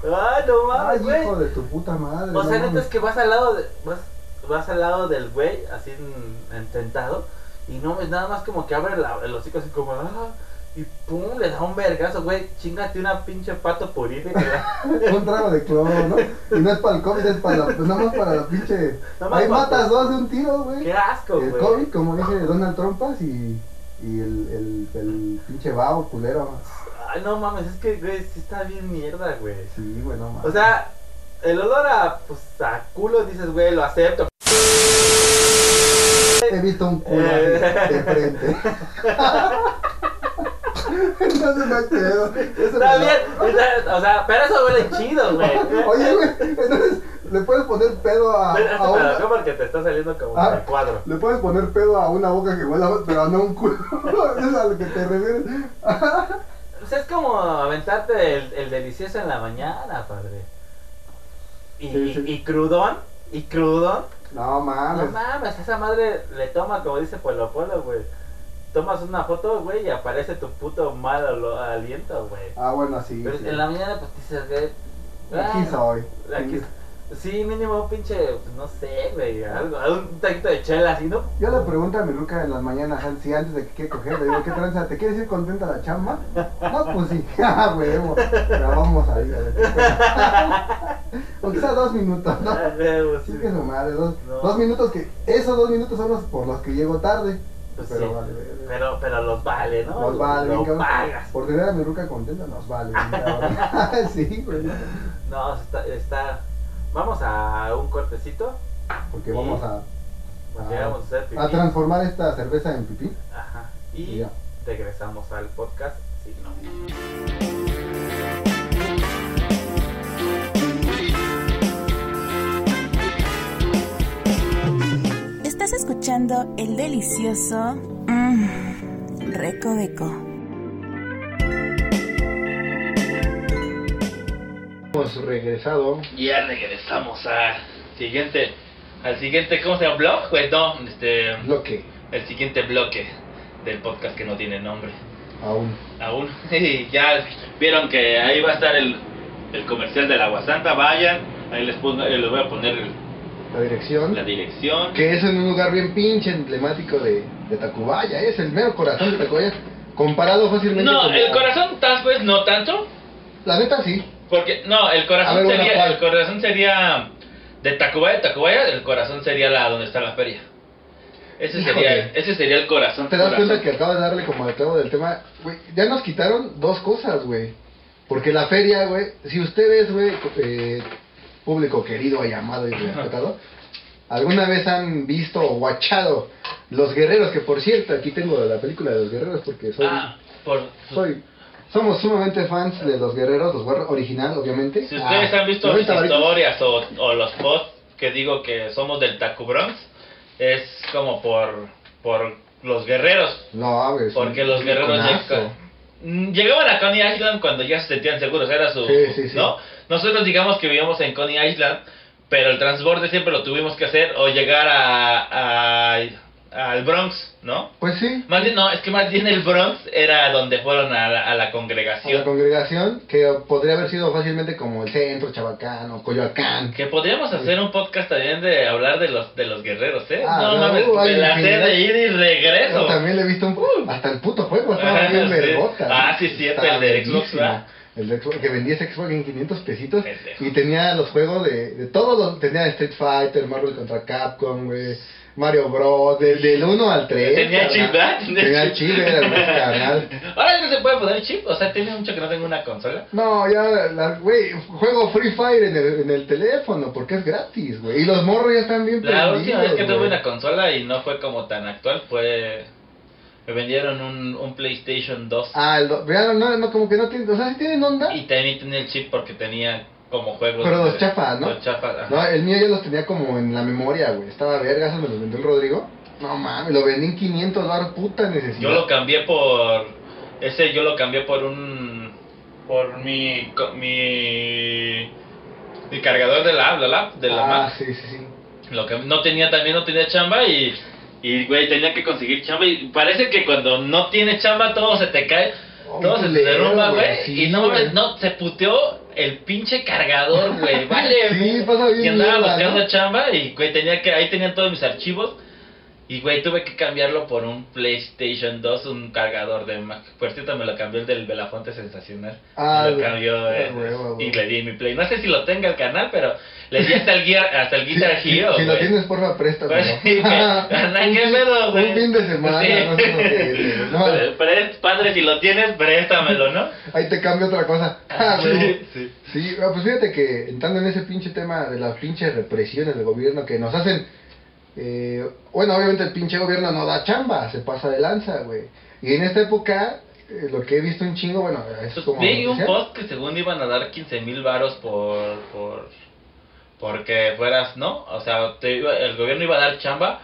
Ah, no
ay,
mames, güey.
hijo de tu puta madre.
O
no
sea, neta
mames".
es que vas al lado de, vas, vas al lado del güey, así en, en- sentado, y no es nada más como que abre la- el hocico así como, ah, y pum, le da un vergazo, güey, chingate una pinche pato purine que la-
Un trago de cloro, ¿no? Y no es para el COVID, es para la, pues, nada más para la pinche.
Nada más
Ahí
para-
matas dos de un tiro, güey.
Qué asco,
El COVID,
güey.
como dije, Donald Trumpas y, y el, el, el pinche vago culero.
Ay, no mames, es que, güey, sí está bien mierda, güey.
Sí, güey, no mames.
O sea, el olor a, pues, a culo, dices, güey, lo acepto.
he visto un culo así,
Eh.
de frente. Entonces no hay pedo. Eso me
Está bien,
da-
está- o sea, pero eso huele chido, güey.
Oye, güey, entonces le puedes poner pedo a,
Pero,
a
pero
una.
no porque te está saliendo como
Ah.
de cuadro.
Le puedes poner pedo a una boca que huela, pero no a un culo. Eso es a lo que te refieres.
Pues es como aventarte el, el delicioso en la mañana, padre. Y,
Sí, sí. Ah, pues.
y- y crudón, y crudón.
No
No
mames.
mames, esa madre le toma, como dice Polo Polo, güey. Tomas una foto, güey, y aparece tu puto mal olo- aliento, güey.
Ah, bueno, sí.
Pero
sí.
en la mañana, pues dices, güey. ah,
Aquí soy.
aquí- Sí, mínimo un pinche, pues, no sé, güey, algo, un taquito de chela así, ¿no?
Yo le pregunto a mi ruca en las mañanas si antes de que quiere coger, le digo, ¿qué tranza? ¿Te quieres ir contenta a la chamba? No, pues sí, ah, huevo. Pero vamos ahí, a ver. o quizá dos minutos, ¿no?
Ah, güey, sí.
Sí, que su madre, dos,
No.
dos minutos que. Esos dos minutos son los por los que llego tarde.
Pues
pero
sí,
vale, vale.
pero, pero los vale, ¿no?
Nos vale, bien,
Lo
cabrón.
pagas.
Por tener a mi ruca contenta, nos vale. bien, cabrón. sí, güey.
No, está, está. Vamos a un cortecito.
Porque vamos a,
Pues
Ah.
llegamos a hacer pipí.
a transformar esta cerveza en pipí.
Ajá.
Y
Y
ya.
regresamos al podcast. Sí, no.
Estás escuchando el delicioso mmm, Recoveco.
Hemos Pues, regresado.
Ya regresamos a siguiente, al siguiente, ¿cómo se llama? ¿Blog? Pues no, este,
Bloque.
el siguiente bloque del podcast que no tiene nombre
Aún.
aún. Y ya vieron que ahí va a estar el, el comercial del Agua Santa, vayan, ahí les, pongo- eh, les voy a poner el-
La dirección.
la dirección.
que es en un lugar bien pinche emblemático de, de Tacubaya, es el mero corazón de Tacubaya, comparado fácilmente
No,
con-
el corazón tal vez no tanto,
La neta sí,
porque no, el
A ver,
corazón
bueno,
sería,
¿cuál?
el corazón sería de Tacubaya, Tacubaya, el corazón sería la donde está la feria. Ese sería,
Híjole.
ese sería el corazón.
te das cuenta
corazón.
que acabas de darle como al clavo del tema, güey, ya nos quitaron dos cosas, güey, porque la feria, güey, si ustedes, güey, co- eh, público querido, llamado y respetado, alguna vez han visto o guachado Los Guerreros, que por cierto, aquí tengo la película de Los Guerreros, porque soy...
Ah, por,
soy somos sumamente fans de los guerreros, los guerreros original, obviamente.
Si ustedes
Ah,
han visto mis
90 varitos.
historias o, o los posts que digo que somos del Tacubronx, es como por, por los guerreros.
No, güey. es
Porque
un
los guerreros
iconazo.
lleg- mm, llegaban a Coney Island cuando ya se sentían seguros, era su...
Sí, sí, sí.
¿no? Nosotros digamos que vivíamos en Coney Island, Pero el transborde siempre lo tuvimos que hacer o llegar a, a- al Bronx, ¿no?
Pues sí,
Más bien, no, es que más bien el Bronx era donde fueron a la, a la
a la
congregación.
congregación, que podría haber sido fácilmente como el centro, Chabacán o Coyoacán.
Que podríamos hacer un podcast también de hablar de los de los guerreros, ¿eh?
Ah,
no
no,
mames,
uh, hay
me la sé
infinidad.
de ir y regreso.
Yo también le he visto un, hasta el puto juego, estaba
Ah,
bien
Uh. sí.
vergota.
Ah, sí, cierto,
Estaba
el de Xbox,
verguísima.
¿verdad?
El de Xbox, que vendía ese Xbox en 500 pesitos
Pendejo.
y tenía los juegos de, de todos los, tenía Street Fighter, Marvel contra Capcom, güey, Mario Bros, del, del 1 al 3.
Tenía chip, ¿verdad?
Tenía chip, era el más carnal.
Ahora ya no se puede poner chip, o sea, tiene mucho que no tengo una consola.
No, ya, la- güey, juego Free Fire en el, en el teléfono porque es gratis, güey. Y los morros ya están bien
La última vez que
güey.
tuve una consola y no fue como tan actual fue... Me vendieron un, un PlayStation 2
Ah, el do- ya, no, no, como que no tienen, o sea, sí tienen onda.
y también tenía el chip porque tenía como juegos...
Ah. Pero los
de-
chafas, ¿no?
Los chafas, ajá.
No, el mío yo los tenía como en la memoria, güey. Estaba verga, eso me los vendió el Rodrigo. No mames, lo vendí en 500 bar puta necesidad.
Yo lo cambié por... Ese yo lo cambié por un... Por mi... co- Mi... Mi cargador de la app, la app de la
Ah,
Mac.
sí, sí, sí.
Lo que no tenía también, no tenía chamba y, y güey, tenía que conseguir chamba. Y parece que cuando no tienes chamba todo se te cae,
Oh,
todo se te
culero,
derrumba,
güey,
güey.
sí,
y no,
güey.
mames, no, se puteó el pinche cargador, güey, vale.
Sí, pasa bien
Y andaba
mierda,
buscando
¿no?
chamba y, güey, tenía que, ahí tenían todos mis archivos. Y, güey, tuve que cambiarlo por un PlayStation 2, un cargador de Mac. Por cierto, me lo cambió el del Belafonte Sensacional.
Ah,
Me lo
güey.
cambió
Ah,
eh,
güey, güey, güey.
y le di mi play. No sé si lo tenga el canal, pero le di hasta el, guía, hasta el
Sí,
Guitar
sí,
Hero,
Si lo
güey.
tienes, porfa, préstamelo.
Pues sí, güey. Ana, ¿qué pedo, güey?
Un fin de semana,
Sí. Pues,
no sé lo que es, no.
Pre- pre- Padre, si lo tienes, préstamelo, ¿no?
Ahí te cambio otra cosa. Ah, güey.
sí.
Sí, ah, pues fíjate que entrando en ese pinche tema de las pinches represiones del gobierno que nos hacen. eh, bueno, obviamente el pinche gobierno no da chamba, se pasa de lanza, güey. Y en esta época, eh, lo que he visto un chingo, bueno, es
Pues,
como.
vi un
noticia.
post que según iban a dar 15 mil varos por, por... Porque fueras, ¿no? O sea, te iba- el gobierno iba a dar chamba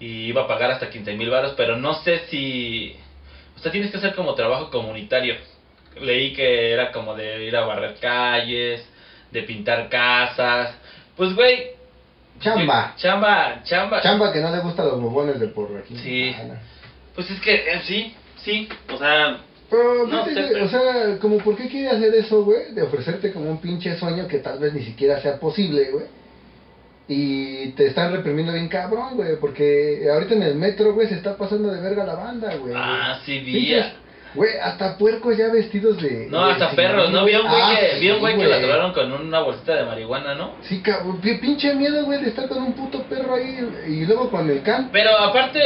y iba a pagar hasta 15 mil varos, pero no sé si... O sea, tienes que hacer como trabajo comunitario. Leí que era como de ir a barrer calles, de pintar casas. Pues, güey...
Chamba.
Chamba, chamba.
Chamba que no le gusta a los bobones de por aquí.
Sí.
Ah, no.
Pues es que eh, sí, sí, o sea,
Pero,
No,
fíjate,
sé, pero-
o sea, como, ¿por qué quiere hacer eso, güey? De ofrecerte como un pinche sueño que tal vez ni siquiera sea posible, güey. Y te están reprimiendo bien cabrón, güey. Porque ahorita en el metro, güey, se está pasando de verga la banda, güey.
ah, sí vi.
Pinches, Güey, hasta puercos ya vestidos de.
No,
de
hasta
sin-
perros, ¿no? Vi a un güey
Ah,
que, vi a un
sí,
güey que lo atraparon con una bolsita de marihuana, ¿no?
Sí, cabrón. qué Pinche miedo, güey, de estar con un puto perro ahí. Y luego con el can.
Pero aparte,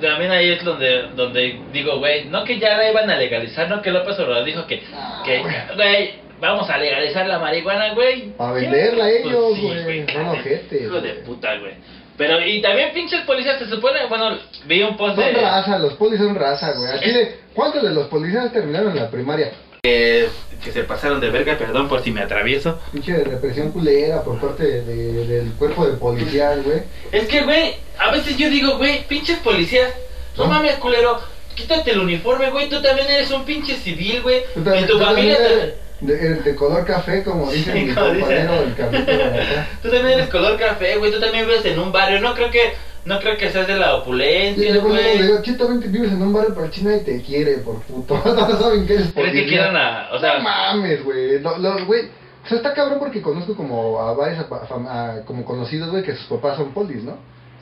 también ahí es donde, donde digo, güey, no que ya la iban a legalizar, no que López Obrador dijo que,
Ah,
que güey, vamos a legalizar la marihuana, güey.
A venderla a
Pues
ellos,
sí,
güey. Son
cállate,
ojetes.
Hijo de
güey.
puta, güey. Pero, y también pinches policías, se supone, bueno, vi un post
Son
de...
raza, los polis son raza, güey. Así de, ¿cuántos de los policías terminaron la primaria?
Que se pasaron de verga, perdón por si me atravieso.
Pinche represión culera por parte de- de- del cuerpo de policías, güey.
Es que, güey, a veces yo digo, güey, pinches policías, no
¿No?
mames, culero, quítate el uniforme, güey, tú también eres un pinche civil, güey, y
Entonces,
tu
tú
familia,
también
te-
eres de, de color café, como dice
Sí,
mi
como dice.
compañero del capítulo de acá.
tú también eres color café, güey, tú también vives en un barrio, no creo que, no creo que seas de la
Y
opulencia,
luego le
güey.
digo, "Che, también te vives en un barrio para China y te quiere, por puto. No saben qué es
¿Crees que
policía.
quieran a, o sea,
No mames, güey. Lo- lo- güey. O sea, está cabrón porque conozco como a varios apa- fam- a- como conocidos, güey, que sus papás son polis, ¿no?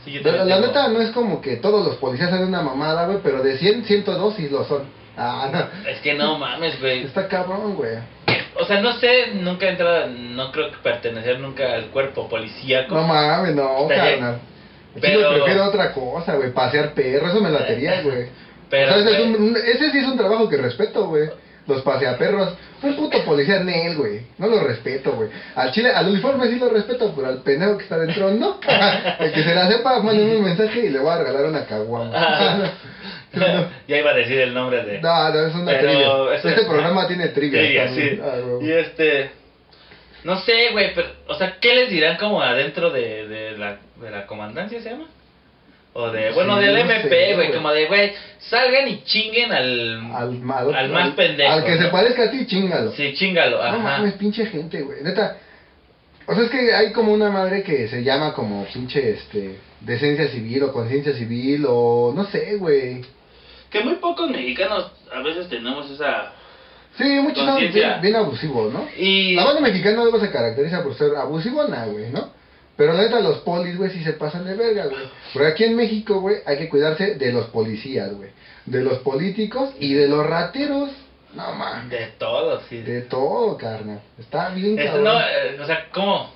sí, yo
Pero
también
la
tengo-
neta no es como que todos los policías sean una mamada, güey, pero de 100, 102 sí lo son. Ah, no.
Es que no mames, güey.
Está cabrón, güey.
O sea, no sé, nunca he entrado, no creo que pertenecer nunca al cuerpo policíaco.
No mames, no,
Está bien.
carnal. Pero...
Pero-
Yo prefiero otra cosa, güey. Pasear perro, eso me latería, güey.
pero,
O sea, ese, es
güey,
un- un- ese sí es un trabajo que respeto, güey. Los paseaperros. Un puto policía en él, güey. No lo respeto, güey. Al chile, al uniforme sí lo respeto, pero al pendejo que está dentro, no. El que se la sepa, manden un mensaje y le voy a regalar una caguama.
ya iba a decir el nombre de...
no, no, es una
Pero
trivia.
eso-
Este programa tiene trivia.
Trivia,
también.
sí.
Ah, güey.
Y este. No sé, güey, pero. O sea, ¿qué les dirán como adentro de, de, la, de la comandancia se llama? O de.
Sí,
Bueno, del
no
MP, güey,
sé, güey.
como de, güey, salgan y chinguen al.
Al, mal-
Al más pendejo,
Al que
¿no?
se parezca a ti, chingalo.
Sí, chingalo,
No
ajá.
mames, pinche gente, güey. Neta, O sea, es que hay como una madre que se llama como pinche, este, decencia civil o conciencia civil o no sé, güey.
Que muy pocos mexicanos a veces tenemos esa...
Sí, muchos son bien,
Conciencia.
bien abusivos, ¿no?
Y...
La banda mexicana luego se caracteriza por ser abusivo, nah, güey, ¿no? Pero la neta, los polis, güey, sí se pasan de verga, güey. Porque aquí en México, güey, hay que cuidarse de los policías, güey. De los políticos y de los rateros. No, man.
De todos, sí.
De todo, carnal. Está bien,
Es-
cabrón.
no, eh, o sea, ¿cómo?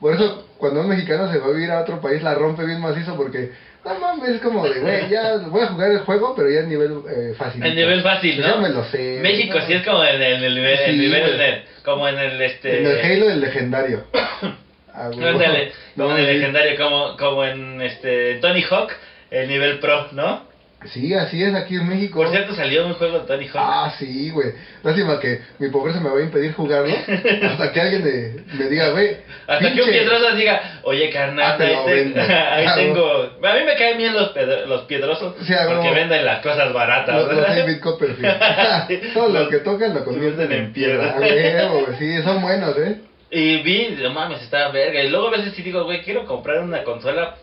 Por eso, cuando un mexicano se va a vivir a otro país, la rompe bien macizo porque... No mames, es como de, güey, ya voy a jugar el juego, pero ya es nivel eh, fácil.
El nivel fácil, ¿no?
pues Ya me lo sé.
México
No.
sí es como en el, el nivel, el
Sí,
nivel
güey.
de- como en el este...
En el Halo, el legendario. Ah, güey.
Ándale,
No,
como en el
sí.
legendario, como, como en este Tony Hawk, el nivel pro, ¿no?
Sí, así es, aquí en México.
Por cierto, salió un juego de Tony Hawk.
Ah, sí, güey. Lástima que mi pobreza me va a impedir jugarlo hasta que alguien me, me diga, güey.
Hasta que un
Ah, pinche-
piedroso diga, oye
Ah,
carnal,
te
ahí,
lo
te-
vendo".
ahí
Ah,
tengo... A mí me caen bien los, pedro- los piedrosos
Sí, ah,
porque
no.
venden las cosas baratas,
Los, los
¿verdad?
David Copperfield. Todo lo que tocan lo convierten en piedra. A huevo, güey. Sí, son buenos, ¿eh?
Y vi, no mames, estaba verga. Y luego a veces sí digo, güey, quiero comprar una consola,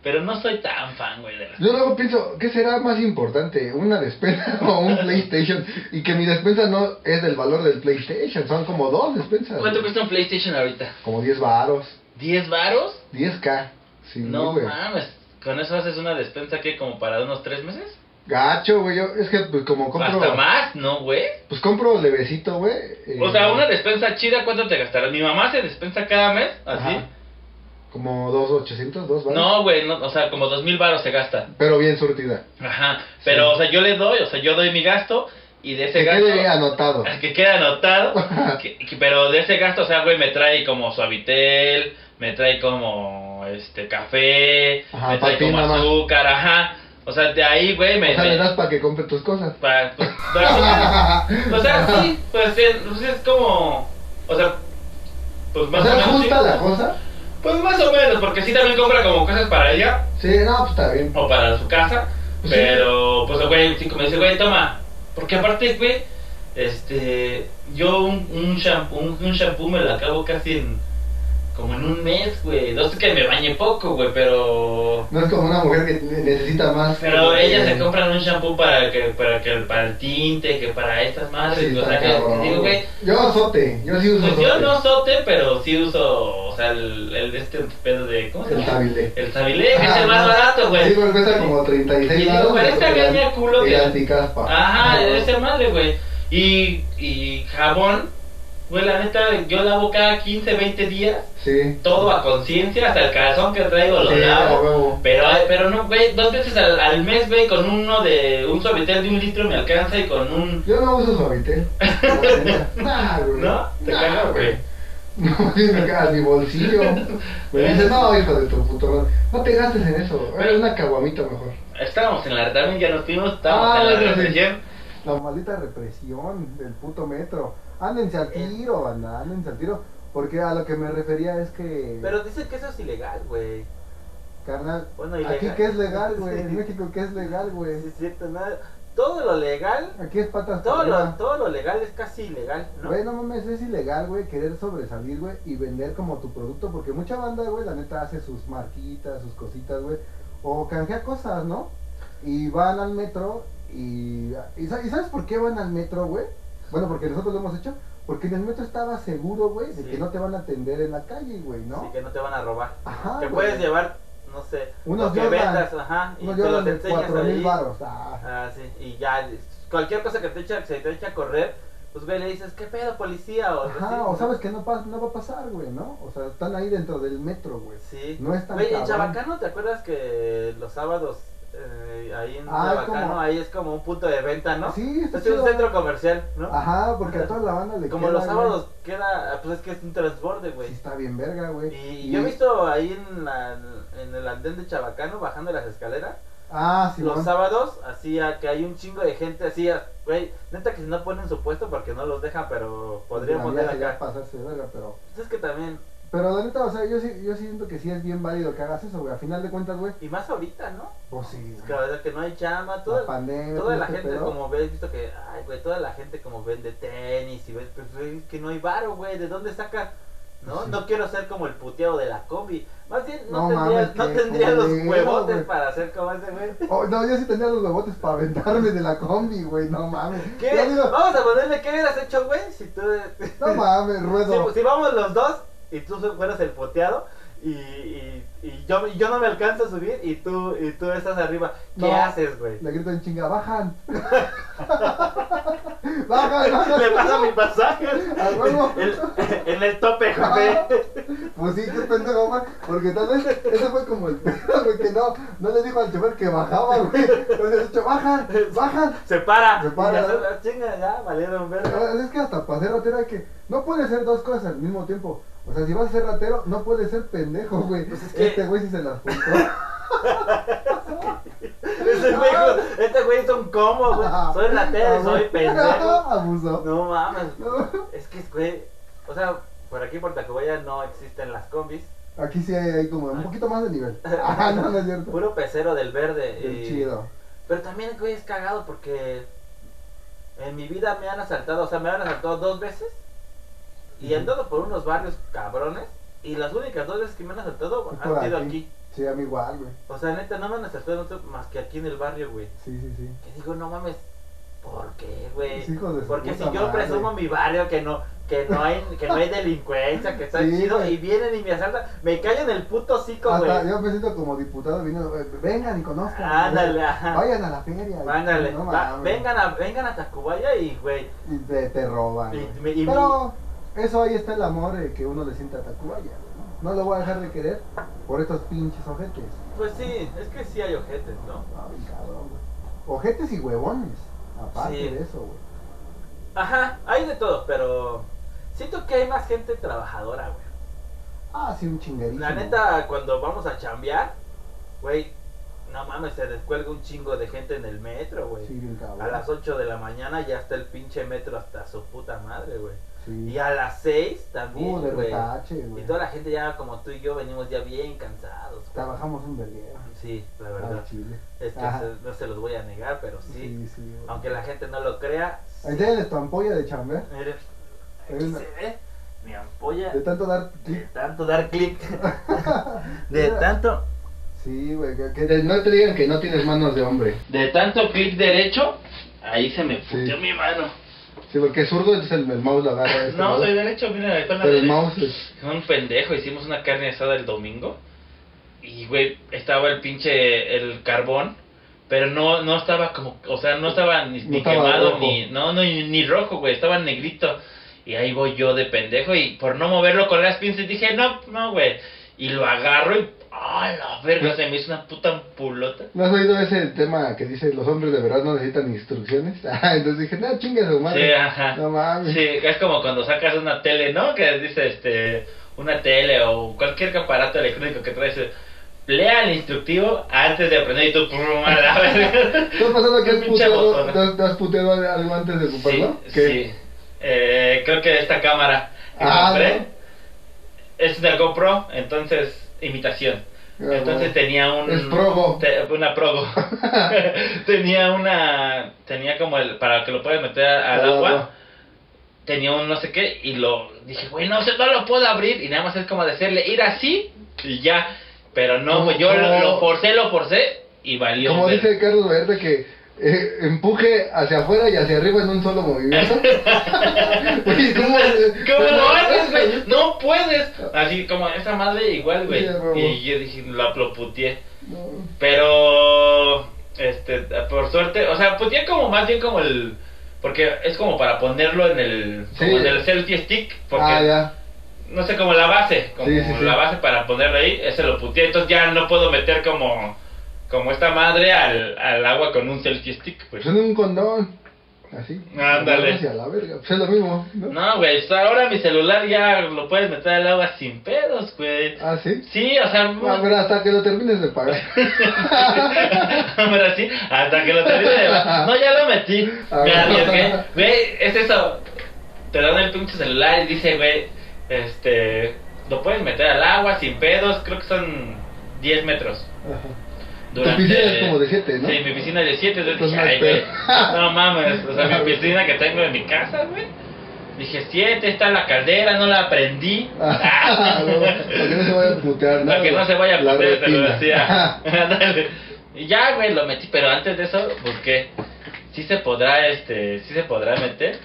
pero no soy tan fan, güey, de las...
Yo luego pienso, ¿qué será más importante? ¿Una despensa o un PlayStation? Y que mi despensa no es del valor del PlayStation, son como dos despensas.
¿Cuánto
güey.
cuesta un PlayStation ahorita?
Como 10 varos,
¿10 varos?
10k. Sí,
no
güey.
mames, ¿con eso haces una despensa que como para unos 3 meses?
Gacho, güey. yo- Es que pues, como compro...
Hasta más, ¿no, güey?
Pues compro levecito, güey. eh,
O sea, una despensa chida, ¿cuánto te gastarás? Mi mamá se despensa cada mes, así.
Ajá. Como dos ochocientos, dos varos.
No, güey, no, o sea, como dos mil baros se gasta.
Pero bien surtida.
Ajá. Pero,
Sí.
o sea, yo le doy, o sea, yo doy mi gasto y de ese
Que
gasto.
quede anotado.
Que queda anotado. que- que- pero de ese gasto, o sea, güey, me trae como suavitel, me trae como este café,
Ajá,
me trae
pa' ti
como
nada más.
azúcar, ajá. O sea, de ahí, güey, me.
o sea,
me-
le das para que compre tus cosas.
pa- pues, da- o sea, sí, pues, es- pues es como. O sea, pues más
o sea,
o menos. sí.
justa la cosa.
Pues más o menos, porque sí también compra como cosas para ella
Sí, no, pues está bien.
o para su casa,
Pues sí.
pero pues el güey sí, me dice, güey, toma, porque aparte, güey, este, yo un, un, shampoo, un, un shampoo me lo acabo casi en, como en un mes, güey, no sé que me bañe poco, güey, pero...
No es como una mujer que necesita más.
Pero
eh,
ellas se compran un shampoo para que para que para el tinte, que para estas madres,
sí,
o sea,
está
que
cabrón,
digo, güey,
Yo azote, yo sí uso
pues yo
azote.
no sote, pero sí uso, o sea, el, el este pedo de ¿cómo se
El
llama?
tabilé.
El tabilé, que es
Ajá,
el más
no.
barato, güey.
Sí, porque cuesta como 36
Pues, Y digo,
varos,
pero esta
pero te
caña
dan-
culo
te
que-
dan ticaspa.
Ajá,
Ah,
debe ser madre, güey. Y, y jabón, güey, la neta, yo lavo cada 15, 20 días,
Sí.
todo a conciencia, hasta el calzón que traigo lo
Sí, a
lavo.
huevo.
Pero, pero no, güey, dos veces al, al mes, güey, con uno de un suavitel de un litro me alcanza y con un.
Yo no uso suavitel. La neta. Nah, güey.
¿No? Te
Nah,
cago, güey.
No, sí me cagas mi bolsillo. Me dice, no, hijo de tu puto madre, No te gastes en eso. Es una caguamita mejor.
Estábamos en la reunión, ya nos fuimos, estábamos
Ah,
en la
sí, sí.
reunión.
La maldita represión del puto metro. Ándense al tiro, banda, ándense al tiro. Porque a lo que me refería es que,
Pero dicen que eso es ilegal, güey.
carnal,
Bueno, ilegal.
aquí que es legal, güey. En
Sí.
México que es legal, güey.
Sí, es cierto, nada. Todo lo legal,
Aquí es patas
todo
para
lo,
arriba.
todo lo legal es casi ilegal, ¿no?
Güey, no mames, es ilegal, güey, querer sobresalir, güey, y vender como tu producto, porque mucha banda, güey, la neta hace sus marquitas, sus cositas, güey, o canjea cosas, ¿no? Y van al metro y... ¿Y sa- y sabes por qué van al metro, güey? Bueno, porque nosotros lo hemos hecho, porque en el metro estaba seguro, güey, de
Sí.
que no te van a atender en la calle, güey, ¿no?
Así que no te van a robar.
Ajá,
te
güey.
puedes llevar, no sé,
Unos
lo que
Jordan.
vendas, ajá, y
Unos
te
llevan
los
de
enseñas
cuatro
ahí.
mil varos. Ah,
Ah, sí, y ya, cualquier cosa que te echa, que se te echa a correr, pues güey, le dices, ¿qué pedo, policía? O, así,
Ajá, o sabes que no, pas- no va a pasar, güey, ¿no? O sea, están ahí dentro del metro, güey.
Sí.
No es tan
Güey, en
cabrón.
Chabacano, ¿te acuerdas que los sábados eh, ahí en
Ah, es
Chabacano,
como-
ahí es como un punto de venta, ¿no?
Sí, está
es un
chido.
centro comercial, ¿no?
Ajá, porque a toda la banda le
como
queda,
los
güey.
sábados queda, pues es que es un transborde, güey.
Sí, está bien verga, güey.
Y yo he visto ahí en, la- en el andén de Chabacano, bajando las escaleras,
Ah, sí,
los sábados, así a- que hay un chingo de gente, así, a- güey, neta que si no ponen su puesto porque no los dejan, pero podrían poner acá.
pasarse de verga, pero...
Pues es que también,
Pero la neta, o sea, yo sí, yo sí siento que sí es bien válido que hagas eso, güey. A final de cuentas, güey,
y más ahorita, ¿no?
pues sí,
Es que la verdad que no hay chamba,
la
todo,
pandemia,
Toda la
este
gente,
pedo.
como ves, visto que, ay, güey, toda la gente como vende tenis y ves, pues, güey, es que no hay varo, güey, ¿de dónde sacas? ¿no? No quiero ser como el puteado de la combi. Más bien,
No
no, tendría,
mames,
no
qué
tendría los
culero,
huevotes
güey.
para ser como ese güey.
Oh, no, yo sí tenía los huevotes para aventarme de la combi, güey, no mames.
¿Qué?
Yo digo,
Vamos a ponerle qué hubieras hecho, güey, si tú...
no mames, ruedo.
Si, si vamos los dos y tú fueras el puteado y, y, y yo, y yo no me alcanzo a subir y tú, y tú estás arriba, ¿qué
No.
haces, güey?
Le grito en chinga, bajan. bajan, bajan.
Le pasa mi pasaje
A huevo.
El- en el tope, jefe.
Pues sí, qué pendejo, güey. Porque tal vez ese fue como el pedo, güey, que no, no le dijo al chofer que bajaba, güey. Entonces, hecho, bajan, bajan.
Se para.
Se para. Ah.
Y ya, se- chinga, ya, valieron verga.
Es que hasta para ser ratero hay que. No puede ser dos cosas al mismo tiempo. O sea, si vas a ser ratero, no puede ser pendejo, güey.
Pues es que-
Este güey sí se las juntó.
Ese güey,
Ah.
este güey es un combo, güey. Soy ratero, y soy pendejo.
Abusó.
No mames.
Ah, No.
Es que, güey, o sea, por aquí, por Tacubaya, no existen las combis.
Aquí sí hay, hay como un poquito más de nivel. Ah, no, no es cierto.
Puro pecero del verde.
Qué
y-
chido.
Pero también, güey, es cagado porque en mi vida me han asaltado, o sea, me han asaltado dos veces y he andado por unos barrios cabrones y las únicas dos veces que me han asaltado
Es por
han sido
aquí.
aquí.
Sí, a mí igual, güey.
O sea, neta, no me han asaltado en otro- más que aquí en el barrio, güey.
Sí, sí, sí.
Que digo, no mames, ¿por qué, güey?
Los hijos pues, de su
Porque si
puta
yo
madre.
presumo mi barrio que no que no hay que no hay delincuencia, que está
Sí,
chido
güey.
y vienen y me asaltan, me callan el puto hocico, güey.
Hasta yo me siento como diputado viniendo, güey, vengan y conozcan.
Ándale,
güey.
ajá.
Vayan a la feria.
Ándale,
No
va,
mames.
vengan a vengan a Tacubaya y güey,
Y te, te roban.
Y
güey.
me- y
Pero eso ahí está el amor eh, que uno le siente a Tacubaya. ¿no? No lo voy a dejar de querer por estos pinches ojetes.
Pues sí, es que sí hay ojetes, ¿no?
Ay, cabrón, güey. Ojetes y huevones. Aparte
Sí.
de eso, güey.
Ajá, hay de todo, pero siento que hay más gente trabajadora, güey.
Ah, sí, un chinguerísimo.
La neta, cuando vamos a chambear, güey, no mames, se descuelga un chingo de gente en el metro, güey.
Sí, bien cabrón.
A las 8 de la mañana ya está el pinche metro hasta su puta madre, güey.
Sí.
Y a las 6
Uh, de
también, güey.
retache,
Y
güey.
toda la gente ya como tú y yo venimos ya bien cansados. güey.
Trabajamos un verguero.
Sí, la
Al
verdad.
chile.
Es que
Ajá.
se- no se los voy a negar, pero sí.
Sí, sí, güey.
Aunque la gente no lo crea. sí.
Enséñales tu ampolla de chamber.
Mira,
Es
aquí
una-
se ve mi ampolla
De tanto dar
de
clic.
tanto dar clic. De tanto
Sí, güey. Que, que no te digan que no tienes manos de hombre.
De tanto clic derecho, ahí se me
Sí.
puteó mi mano.
Sí, porque es zurdo, entonces el, el mouse lo agarra. de este
No,
lado.
soy derecho, mira, con la
Pero
derecha.
el mouse es...
Un pendejo, hicimos una carne asada el domingo. Y, güey, estaba el pinche, el carbón. Pero no, no estaba como, o sea, no estaba ni,
No
ni
estaba
quemado,
rojo.
ni, no, no, ni, ni rojo, güey, estaba negrito. Y ahí voy yo de pendejo y por no moverlo con las pinzas dije, no, no, güey. Y lo agarro y, ¡ah, la verga! Se me hizo una puta pulota.
¿No has oído ese tema que dice los hombres de verdad no necesitan instrucciones? Ah, entonces dije, no, chingas su madre.
Sí, ajá.
No mames.
Sí, es como cuando sacas una tele, ¿no? Que dice, este, una tele o cualquier aparato electrónico que traes. eh, Lea el instructivo antes de aprender y tú, pum, a la verga.
¿Te ha pasado
Qué
que has
pinche
puteado,
botón.
te has- te has puteado algo antes de ocuparlo?
Sí,
¿Qué?
sí. Eh, creo que esta cámara que
Ah,
compré
¿no?
es una GoPro, entonces, imitación.
Ah,
Entonces
bueno.
tenía un...
Es probo.
te- una probo. tenía una... Tenía como el... Para que lo puedas meter a- al
Al
agua.
agua.
Tenía un no sé qué y lo... Dije, güey, no, sé, no lo puedo abrir. Y nada más es como decirle, ir así y ya. Pero no,
No,
güey, yo lo,
no.
lo forcé, lo forcé y valió.
Como
ver.
dice Carlos Verde que eh, empuje hacia afuera y hacia arriba en un solo movimiento. Güey, ¿cómo,
¿Cómo lo haces, güey? No puedes. Así como esa madre igual, güey.
Sí, a huevo.
Y yo dije, la lo puteé.
No.
Pero, este, por suerte, o sea, pues ya como más bien como el, porque es como para ponerlo en el,
Sí.
como en el selfie stick, porque
Ah, ya.
no sé, como la base, como
Sí, sí, sí.
la base para ponerlo ahí, ese lo puteé, entonces ya no puedo meter como, como esta madre al, al agua con un selfie stick, pues.
Pues en un condón. Así.
Ándale.
Hacia la verga. Pues es lo mismo, ¿no?
No, güey, o sea, ahora mi celular ya lo puedes meter al agua sin pedos, güey.
Ah, sí.
Sí, o sea,
A ver, hasta que lo termines de pagar.
Ahora sí, hasta que lo termine de bajar. No, ya lo metí. Me arriesgué. Güey, es eso. Te dan el pinche celular y dice, güey, este. Lo puedes meter al agua sin pedos. Creo que son 10 metros.
Ajá.
Durante-
Tu piscina es como de siete, ¿no?
Sí, mi piscina es de 7.
Pues
Entonces,
no hay
ay, güey.
pedo.
No mames. O sea, mi piscina que tengo en mi casa, güey. Dije, siete, está en la caldera, no la aprendí.
Ah, no, para que no se vaya a putear,
Para que no se vaya a
La
perder, te lo
retina.
decía. Ándale. y ya, güey, lo metí, pero antes de eso busqué. Sí se podrá, este, sí se podrá meter.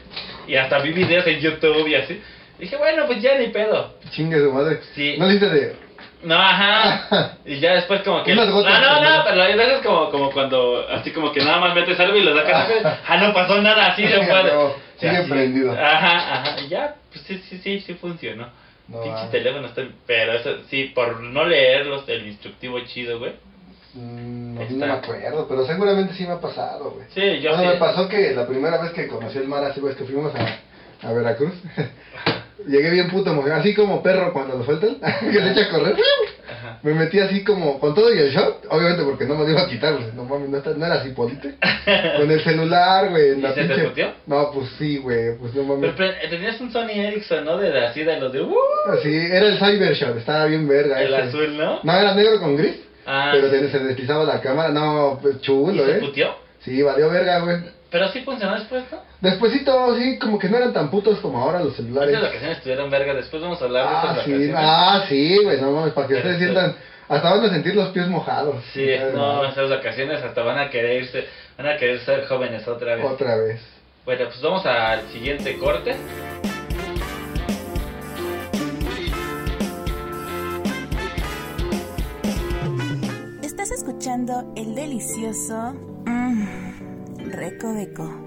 Y hasta vi videos en YouTube y así. Dije, bueno, pues ya ni pedo.
Chingue su madre.
Sí.
No le hice de.
No, ajá. Y ya después como que...
Unas gotas
ah, no, no,
primero.
pero hay veces como, como cuando, así como que nada más metes algo y lo sacas rápido. Ah, no pasó nada, así se
Venga,
puede.
no,
O sea,
sigue
sí.
prendido.
Ajá, ajá. Y ya, pues sí, sí, sí, sí funcionó.
No,
Pinche
ah.
teléfono está... Pero eso, sí, por no leerlos, el instructivo chido, güey.
Mm, No,
Está.
no me acuerdo, pero seguramente sí me ha pasado, güey.
Sí, yo
Bueno,
sí.
Ah, me pasó que la primera vez que conocí el mar, así, güey, que fuimos a, a Veracruz, llegué bien puto, mojado, así como perro cuando lo sueltan, que se echa a correr.
Ajá.
Me metí así como con todo y el shot, obviamente porque no me lo iba a quitar, güey. No mames, no, está- no era así polite. Con el celular, güey. en
¿Y
la
se te
pinche-
puteó?
No, pues sí, güey. Pues no mames.
Pero pre- tenías un Sony Ericsson, ¿no? De así, de los de... Uh,
Así, ah, era el Cybershot, estaba bien verga.
el
Ah, ese.
azul, ¿no?
No, era negro con gris,
Ah,
pero se, se deslizaba la cámara. No, pues
¿y
chulo,
se
eh.
puteó?
Sí, valió verga, güey.
Pero sí funcionó después, ¿no?
Despuésito, sí, como que no eran tan putos como ahora los
Estas
celulares.
vacaciones estuvieron verga, después vamos a hablar de
Ah,
estas
sí,
vacaciones.
ah, sí, güey, no mames, para que
Pero
ustedes
esto-
sientan, hasta van a sentir los pies mojados.
Sí,
Ay,
no, esas vacaciones hasta van a querer irse, van a querer ser jóvenes otra vez.
Otra vez.
Bueno, pues vamos al siguiente corte.
Estás escuchando el delicioso mmm, recoveco.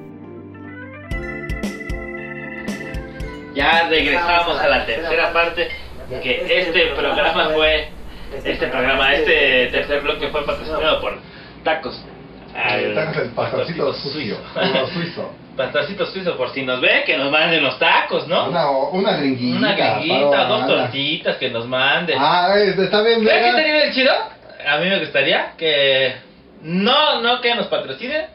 Ya regresamos a la tercera parte, que este programa fue, este programa, este tercer bloque fue este patrocinado por Tacos. Al-
Tacos el pastorcito sucio. lo suizo.
Pastorcito suizo, por si nos ve, que nos manden los tacos, ¿no?
Una, una gringuita.
Una gringuita,
para
dos
nada.
tortillitas que nos manden.
Ah, este, está bien,
¿Sabes qué
verga.
sería el chido? A mí me gustaría que. No, no que nos patrocinen.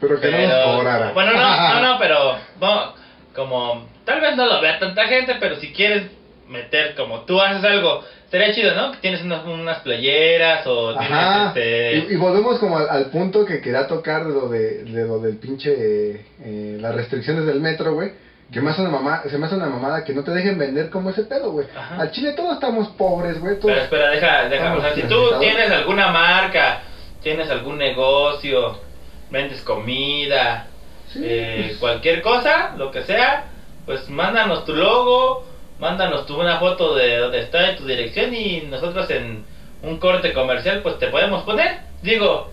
Pero que no
pero-
nos cobrara.
Bueno, no, no, no, pero. bueno, como. Tal vez no lo vea tanta gente, pero si quieres meter como tú haces algo, sería chido, ¿no? Que tienes unas, unas playeras o tienes
Ajá.
este.
Y, y volvemos como al, al punto que quería tocar de lo, de, de lo del pinche. eh, eh, las restricciones del metro, güey. Que me hace una mamá, se me hace una mamada que no te dejen vender como ese pedo, güey.
Ajá.
Al Chile todos estamos pobres, güey. todos-
Ah. Pero espera, deja, deja.
Vamos,
O sea, si tú
necesitamos.
tienes alguna marca, tienes algún negocio, vendes comida,
Sí,
eh,
pues.
cualquier cosa, lo que sea, pues mándanos tu logo, mándanos tu una foto de donde está en tu dirección y nosotros en un corte comercial pues te podemos poner. Digo,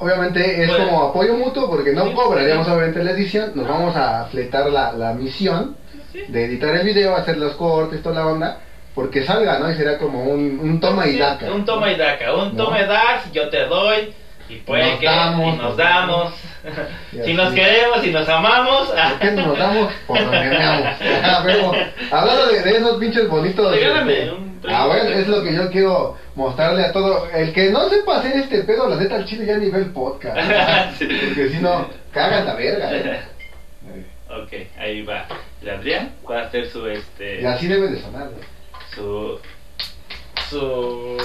Obviamente es
Bueno.
como apoyo mutuo porque no
Sí,
cobraríamos
sí.
obviamente la edición, nos vamos a fletar la, la misión
Sí.
de editar el video, hacer los cortes, toda la onda, porque salga, ¿no? Y será como un, un toma y daca.
un toma y daca, un
No.
toma y das, yo te doy y puede
Nos
que
damos,
y nos
nos
damos,
damos. Y
pues, si nos
así.
queremos, si nos amamos. ah,
¿Por qué no nos damos? Por lo que veamos. Ah, pero, Hablando de, de esos pinches bonitos.
Regálame
este,
un
Ah, bueno, es lo que yo quiero mostrarle a todo. El que no sepa hacer este pedo, la neta, al chile ya ni ve el podcast. ¿verdad?
Sí.
Porque si no, cagan la verga. ¿eh?
Ok, ahí va. Y Adrián va a hacer su este
Y así debe de sonar. güey.
su su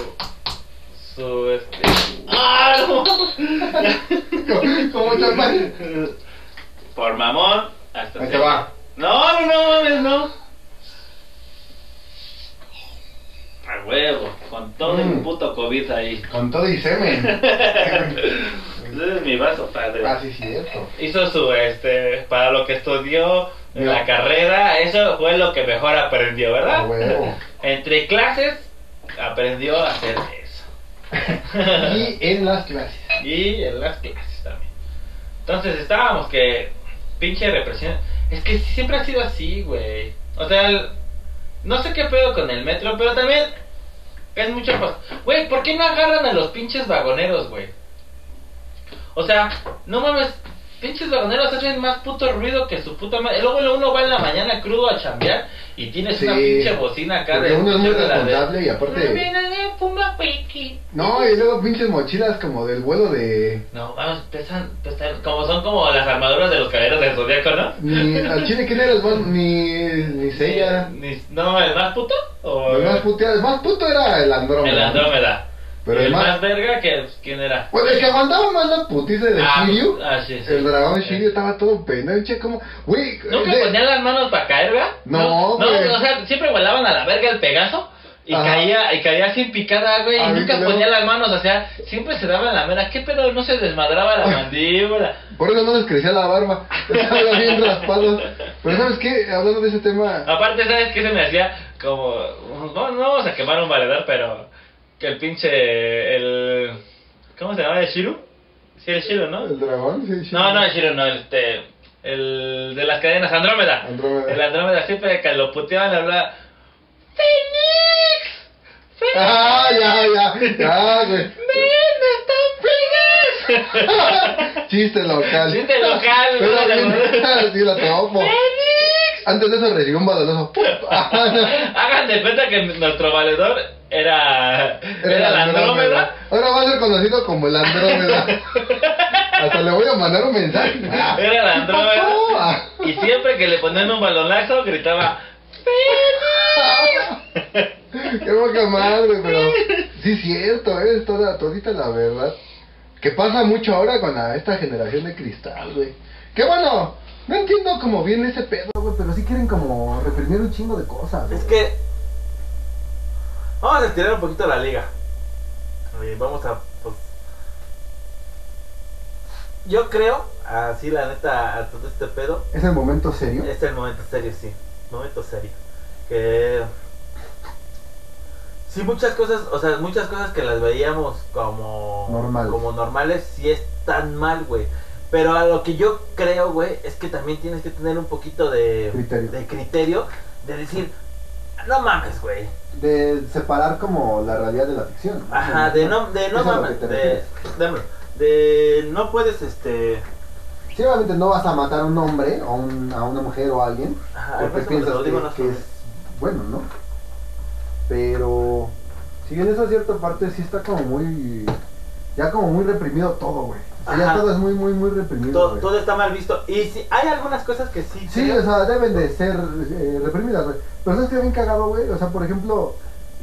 su este ¡Ah, no!
Como- Como champán.
por mamón hasta
Ahí
se-
te va.
No, no, no mames, no. A huevo, con todo el
Mm.
puto COVID ahí.
Con todo y semen.
Ese es mi vaso padre.
Así es cierto.
Hizo su este para lo que estudió en
No.
la carrera, eso fue lo que mejor aprendió, ¿verdad?
A huevo.
Entre clases aprendió a hacer eso.
Y en las clases.
y en las clases también. Entonces estábamos que pinche represión. Es que siempre ha sido así, güey. O sea, el- no sé qué pedo con el metro, pero también es mucho pas- Güey, ¿por qué no agarran a los pinches vagoneros, güey? O sea, no mames, pinches vagoneros hacen más puto ruido que su puta madre. Luego luego uno va en la mañana crudo a chambear y tienes una
Sí.
pinche bocina acá
Porque
de
uno es muy
escuchar la de-
responsable y aparte.
Puma Piki.
No, y luego pinches mochilas como del vuelo de.
No, vamos, pesan, pesan, como son como las armaduras de los caballeros del zodiaco, ¿no?
Ni al chile, ¿quién era el más? Ni, ni Seiya.
Eh, Ni- no, el más puto o
El más puteado, el más puto era el Andrómeda.
el Andrómeda.
Pero
el más
además,
verga que quién era.
pues el que aguantaba más la putiza de
Ah,
Shiryu,
ah, sí, sí.
el dragón
Sí.
Shiryu estaba todo penal, che, como, güey,
¿Nunca
de-
ponían las manos para caer, verdad?
No, güey.
o sea, siempre volaban a la verga el Pegaso y
Ajá. Ah,
caía, y caía así en picada, güey,
A
y
ver,
nunca
claro.
ponía las manos, o sea, siempre se daban la mera, ¿qué pedo? No se desmadraba la mandíbula.
por eso no les crecía la barba, estaba bien raspado. Pero ¿sabes qué? Hablando de ese tema,
Aparte, ¿sabes qué se me hacía? Como, no, no vamos a quemar un valedor, pero que el pinche, el, ¿cómo se llamaba? ¿El Shiru? Sí, el Shiru, ¿no?
el dragón, sí, sí.
No, no, el Shiru no, este, el de las cadenas, Andrómeda.
Andrómeda.
El Andrómeda siempre que lo puteaban le hablaba, ¡Fénix! ¡Fénix!
Ah, ya, ya, ya, güey.
¡Ven, están fregas!
Chiste local.
Chiste local,
Pero
güey.
bien, sí la tomo.
¡Fénix!
Antes de eso recibió un balonazo. ¡pum! Ah, no.
Hagan de cuenta que nuestro valedor era. Era,
el
la Andrómeda.
Ahora va a ser conocido como el Andrómeda. Hasta le voy a mandar un mensaje. Ah,
Era la
¿qué
Andrómeda.
pasó? Ah.
Y siempre que le ponían un balonazo gritaba.
Qué poca madre, pero sí es cierto, ¿eh? es toda, todita la verdad. Que pasa mucho ahora con la- esta generación de cristal, güey. Que bueno, no entiendo cómo viene ese pedo, güey, pero sí quieren como reprimir un chingo de cosas. güey.
Es que. Vamos a estirar un poquito la liga. Y vamos a. pues, Yo creo, así la neta, a todo este pedo,
Es el momento serio.
este es el momento serio, sí. Momento serio. Que. Sí, muchas cosas, o sea, muchas cosas que las veíamos como.
Normal.
Como normales, sí están mal, güey. Pero a lo que yo creo, güey, es que también tienes que tener un poquito de.
Criterio.
De criterio, de decir, no mames, güey.
de separar como la realidad de la ficción.
Ajá, de no, de
Eso
no
es a lo
mames.
que te
De, dame, de no puedes, este.
Sí, obviamente no vas a matar a un hombre o un- a una mujer o a alguien
Ajá,
porque
eso me
piensas
lo
que,
digo, no
que
sé.
es bueno, ¿no? Pero si bien esa cierta parte sí está como muy ya como muy reprimido todo, güey. O sea, ya
Ajá.
todo es muy muy muy reprimido.
todo,
güey.
todo está mal visto. Y sí, hay algunas cosas que sí.
Sí,
creo-
o sea, deben de ser eh, reprimidas, güey. Pero ¿sabes qué bien cagado, güey? O sea, por ejemplo,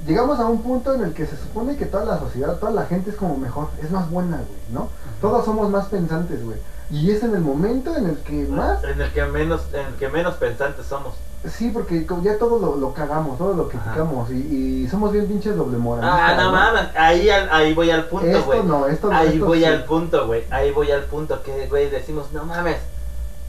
llegamos a un punto en el que se supone que toda la sociedad, toda la gente es como mejor, es más buena, güey, ¿no? Todos somos más pensantes, güey. Y es en el momento en el que más...
En el que menos, en el que menos pensantes somos.
Sí, porque como ya todo lo, lo cagamos, todo lo criticamos y, y somos bien pinches doble moral.
Ah, no mames. Ahí, al- ahí voy al punto,
Esto
güey.
no, esto no.
Ahí
esto
voy
sí.
al punto, güey. Ahí voy al punto que, güey, decimos, no mames.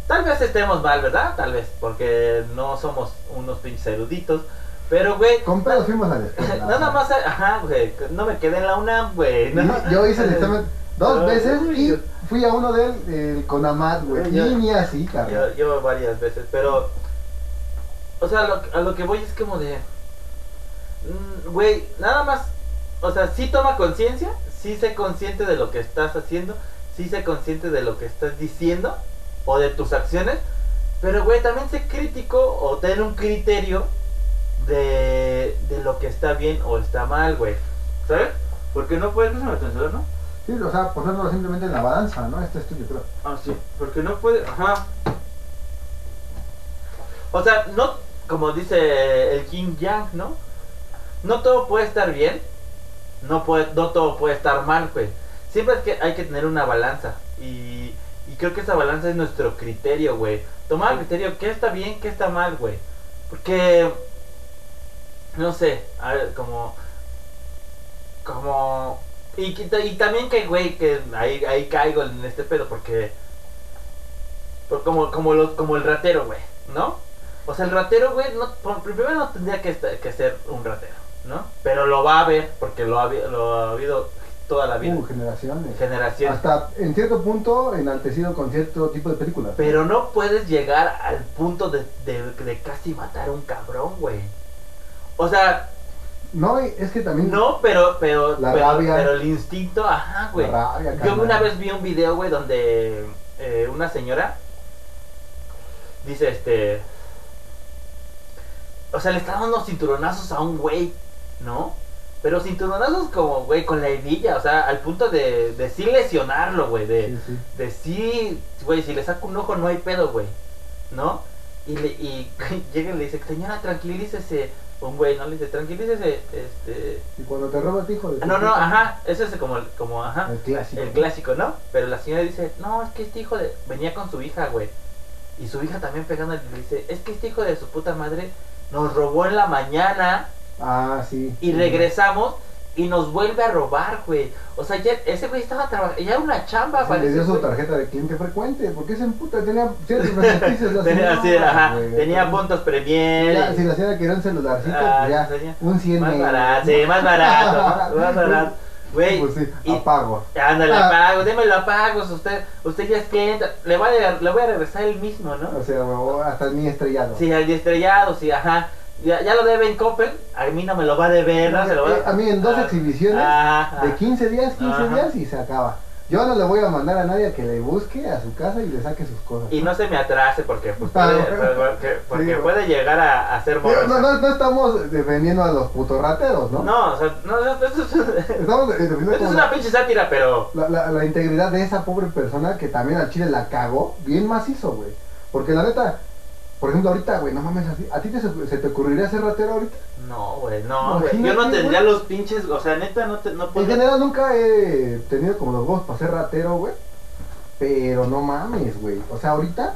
Tal vez estemos mal, ¿verdad? Tal vez, porque no somos unos pinches eruditos. Pero, güey,
Con pedos fuimos a la escuela.
Nada más, ajá, güey, no me quedé en la UNAM, güey. no.
Y Yo hice el examen dos
No,
veces
güey, yo-
y fui a uno del el Conamat, güey.
Yo-
Y ni así, cabrón.
Yo, yo varias veces, pero... O sea, lo- a lo que voy es como de... mm, Güey, nada más... O sea, sí toma conciencia, sí sé consciente de lo que estás haciendo, sí sé consciente de lo que estás diciendo o de tus acciones, pero güey, también sé crítico o ten un criterio de, de lo que está bien o está mal, güey. ¿Sabes? Porque no puedes... ¿No se me censuró, no?
Sí, o sea, ponerlo simplemente en la balanza, ¿no? Esto es tuyo, pero...
Ah, sí, porque no puede. Ajá. O sea, no. Como dice el King Yang, ¿no? No todo puede estar bien. No, puede, no todo puede estar mal, güey. Siempre es que hay que tener una balanza. Y, y creo que esa balanza es nuestro criterio, güey. Tomar el criterio, qué está bien, qué está mal, güey. Porque. No sé, a ver, como. Como. Y, que ta- y también que, güey, que ahí, ahí caigo en este pedo porque... por- como, como, los, como el ratero, güey, ¿no? O sea, el ratero, güey, no, por- primero no tendría que, esta- que ser un ratero, ¿no? Pero lo va a haber porque lo ha, habi- lo ha habido toda la vida.
Uh, generaciones.
generación.
Hasta en cierto punto enaltecido con cierto tipo de películas.
Pero no puedes llegar al punto de, de, de casi matar a un cabrón, güey. O sea,
No, y es que también...
no, pero, pero,
La
pero,
rabia.
pero el instinto, ajá,
la
güey.
rabia,
Yo
carnal.
una vez vi un video, güey, donde eh, una señora dice, este... O sea, le está dando cinturonazos a un güey, ¿no? Pero cinturonazos como, güey, con la hebilla, o sea, al punto de, de sí lesionarlo, güey, de,
Sí, sí.
de sí, güey, si le saco un ojo no hay pedo, güey, ¿no? Y, le, y llega y le dice, señora, tranquilícese. Un güey, ¿no? Le dice, tranquilícese, este...
Y cuando te robas, hijo de.
Ah, No, no, ajá, eso es como, como ajá.
El clásico.
El clásico, ¿no? Pero la señora dice, no, es que este hijo de... Venía con su hija, güey. Y su hija también pegándole, le dice, es que este hijo de su puta madre nos robó en la mañana
Ah, sí.
y
Sí.
regresamos y nos vuelve a robar, güey. O sea, ya, ese güey estaba trabajando, ya era una chamba,
Se le
parece,
dio su
güey.
tarjeta de cliente frecuente, porque ese puta tenía ciertos beneficios la señora,
Tenía, sí, ajá,
güey.
tenía puntos premier.
Ya, si la señora quería un celularcito,
Ah,
pues ya,
sí, señor.
un 100
más
menos.
barato, sí, más barato, más barato. Güey,
Pues sí,
y-
apago.
ándale,
Ah.
apago, démelo apago, si usted, usted ya es cliente, le voy a, le voy a regresar el mismo, ¿no?
O sea, huevo, hasta ni estrellado.
Sí, al estrellado, sí, ajá. Ya, ya lo debe en Coppel, a mí no me lo va a deber, ¿no? Se lo va
Eh, a mí en dos
ah,
exhibiciones
ajá,
de 15 días, 15
Ajá.
días y se acaba. Yo no le voy a mandar a nadie a que le busque a su casa y le saque sus cosas.
Y no se me atrase porque, pues,
Ah,
puede,
no.
porque, porque
Sí, no.
puede llegar a, a ser
Pero
moroso.
no, no, no estamos defendiendo a los putorrateros, ¿no?
No, o sea, no, no, esto es,
Estamos defendiendo
esto es
como
una pinche sátira, pero...
la, la- la integridad de esa pobre persona que también al chile la cagó bien macizo, güey. Porque la neta, por ejemplo, ahorita, güey, no mames, ¿a ti- ¿a ti te, se te ocurriría ser ratero ahorita?
No, güey, no, güey. Yo
Imagínate,
no tendría
güey.
los pinches, o sea, neta, no, te,
Pues,
no
En
podría...
general nunca he tenido como los huevos para ser ratero, güey. Pero no mames, güey. O sea, ahorita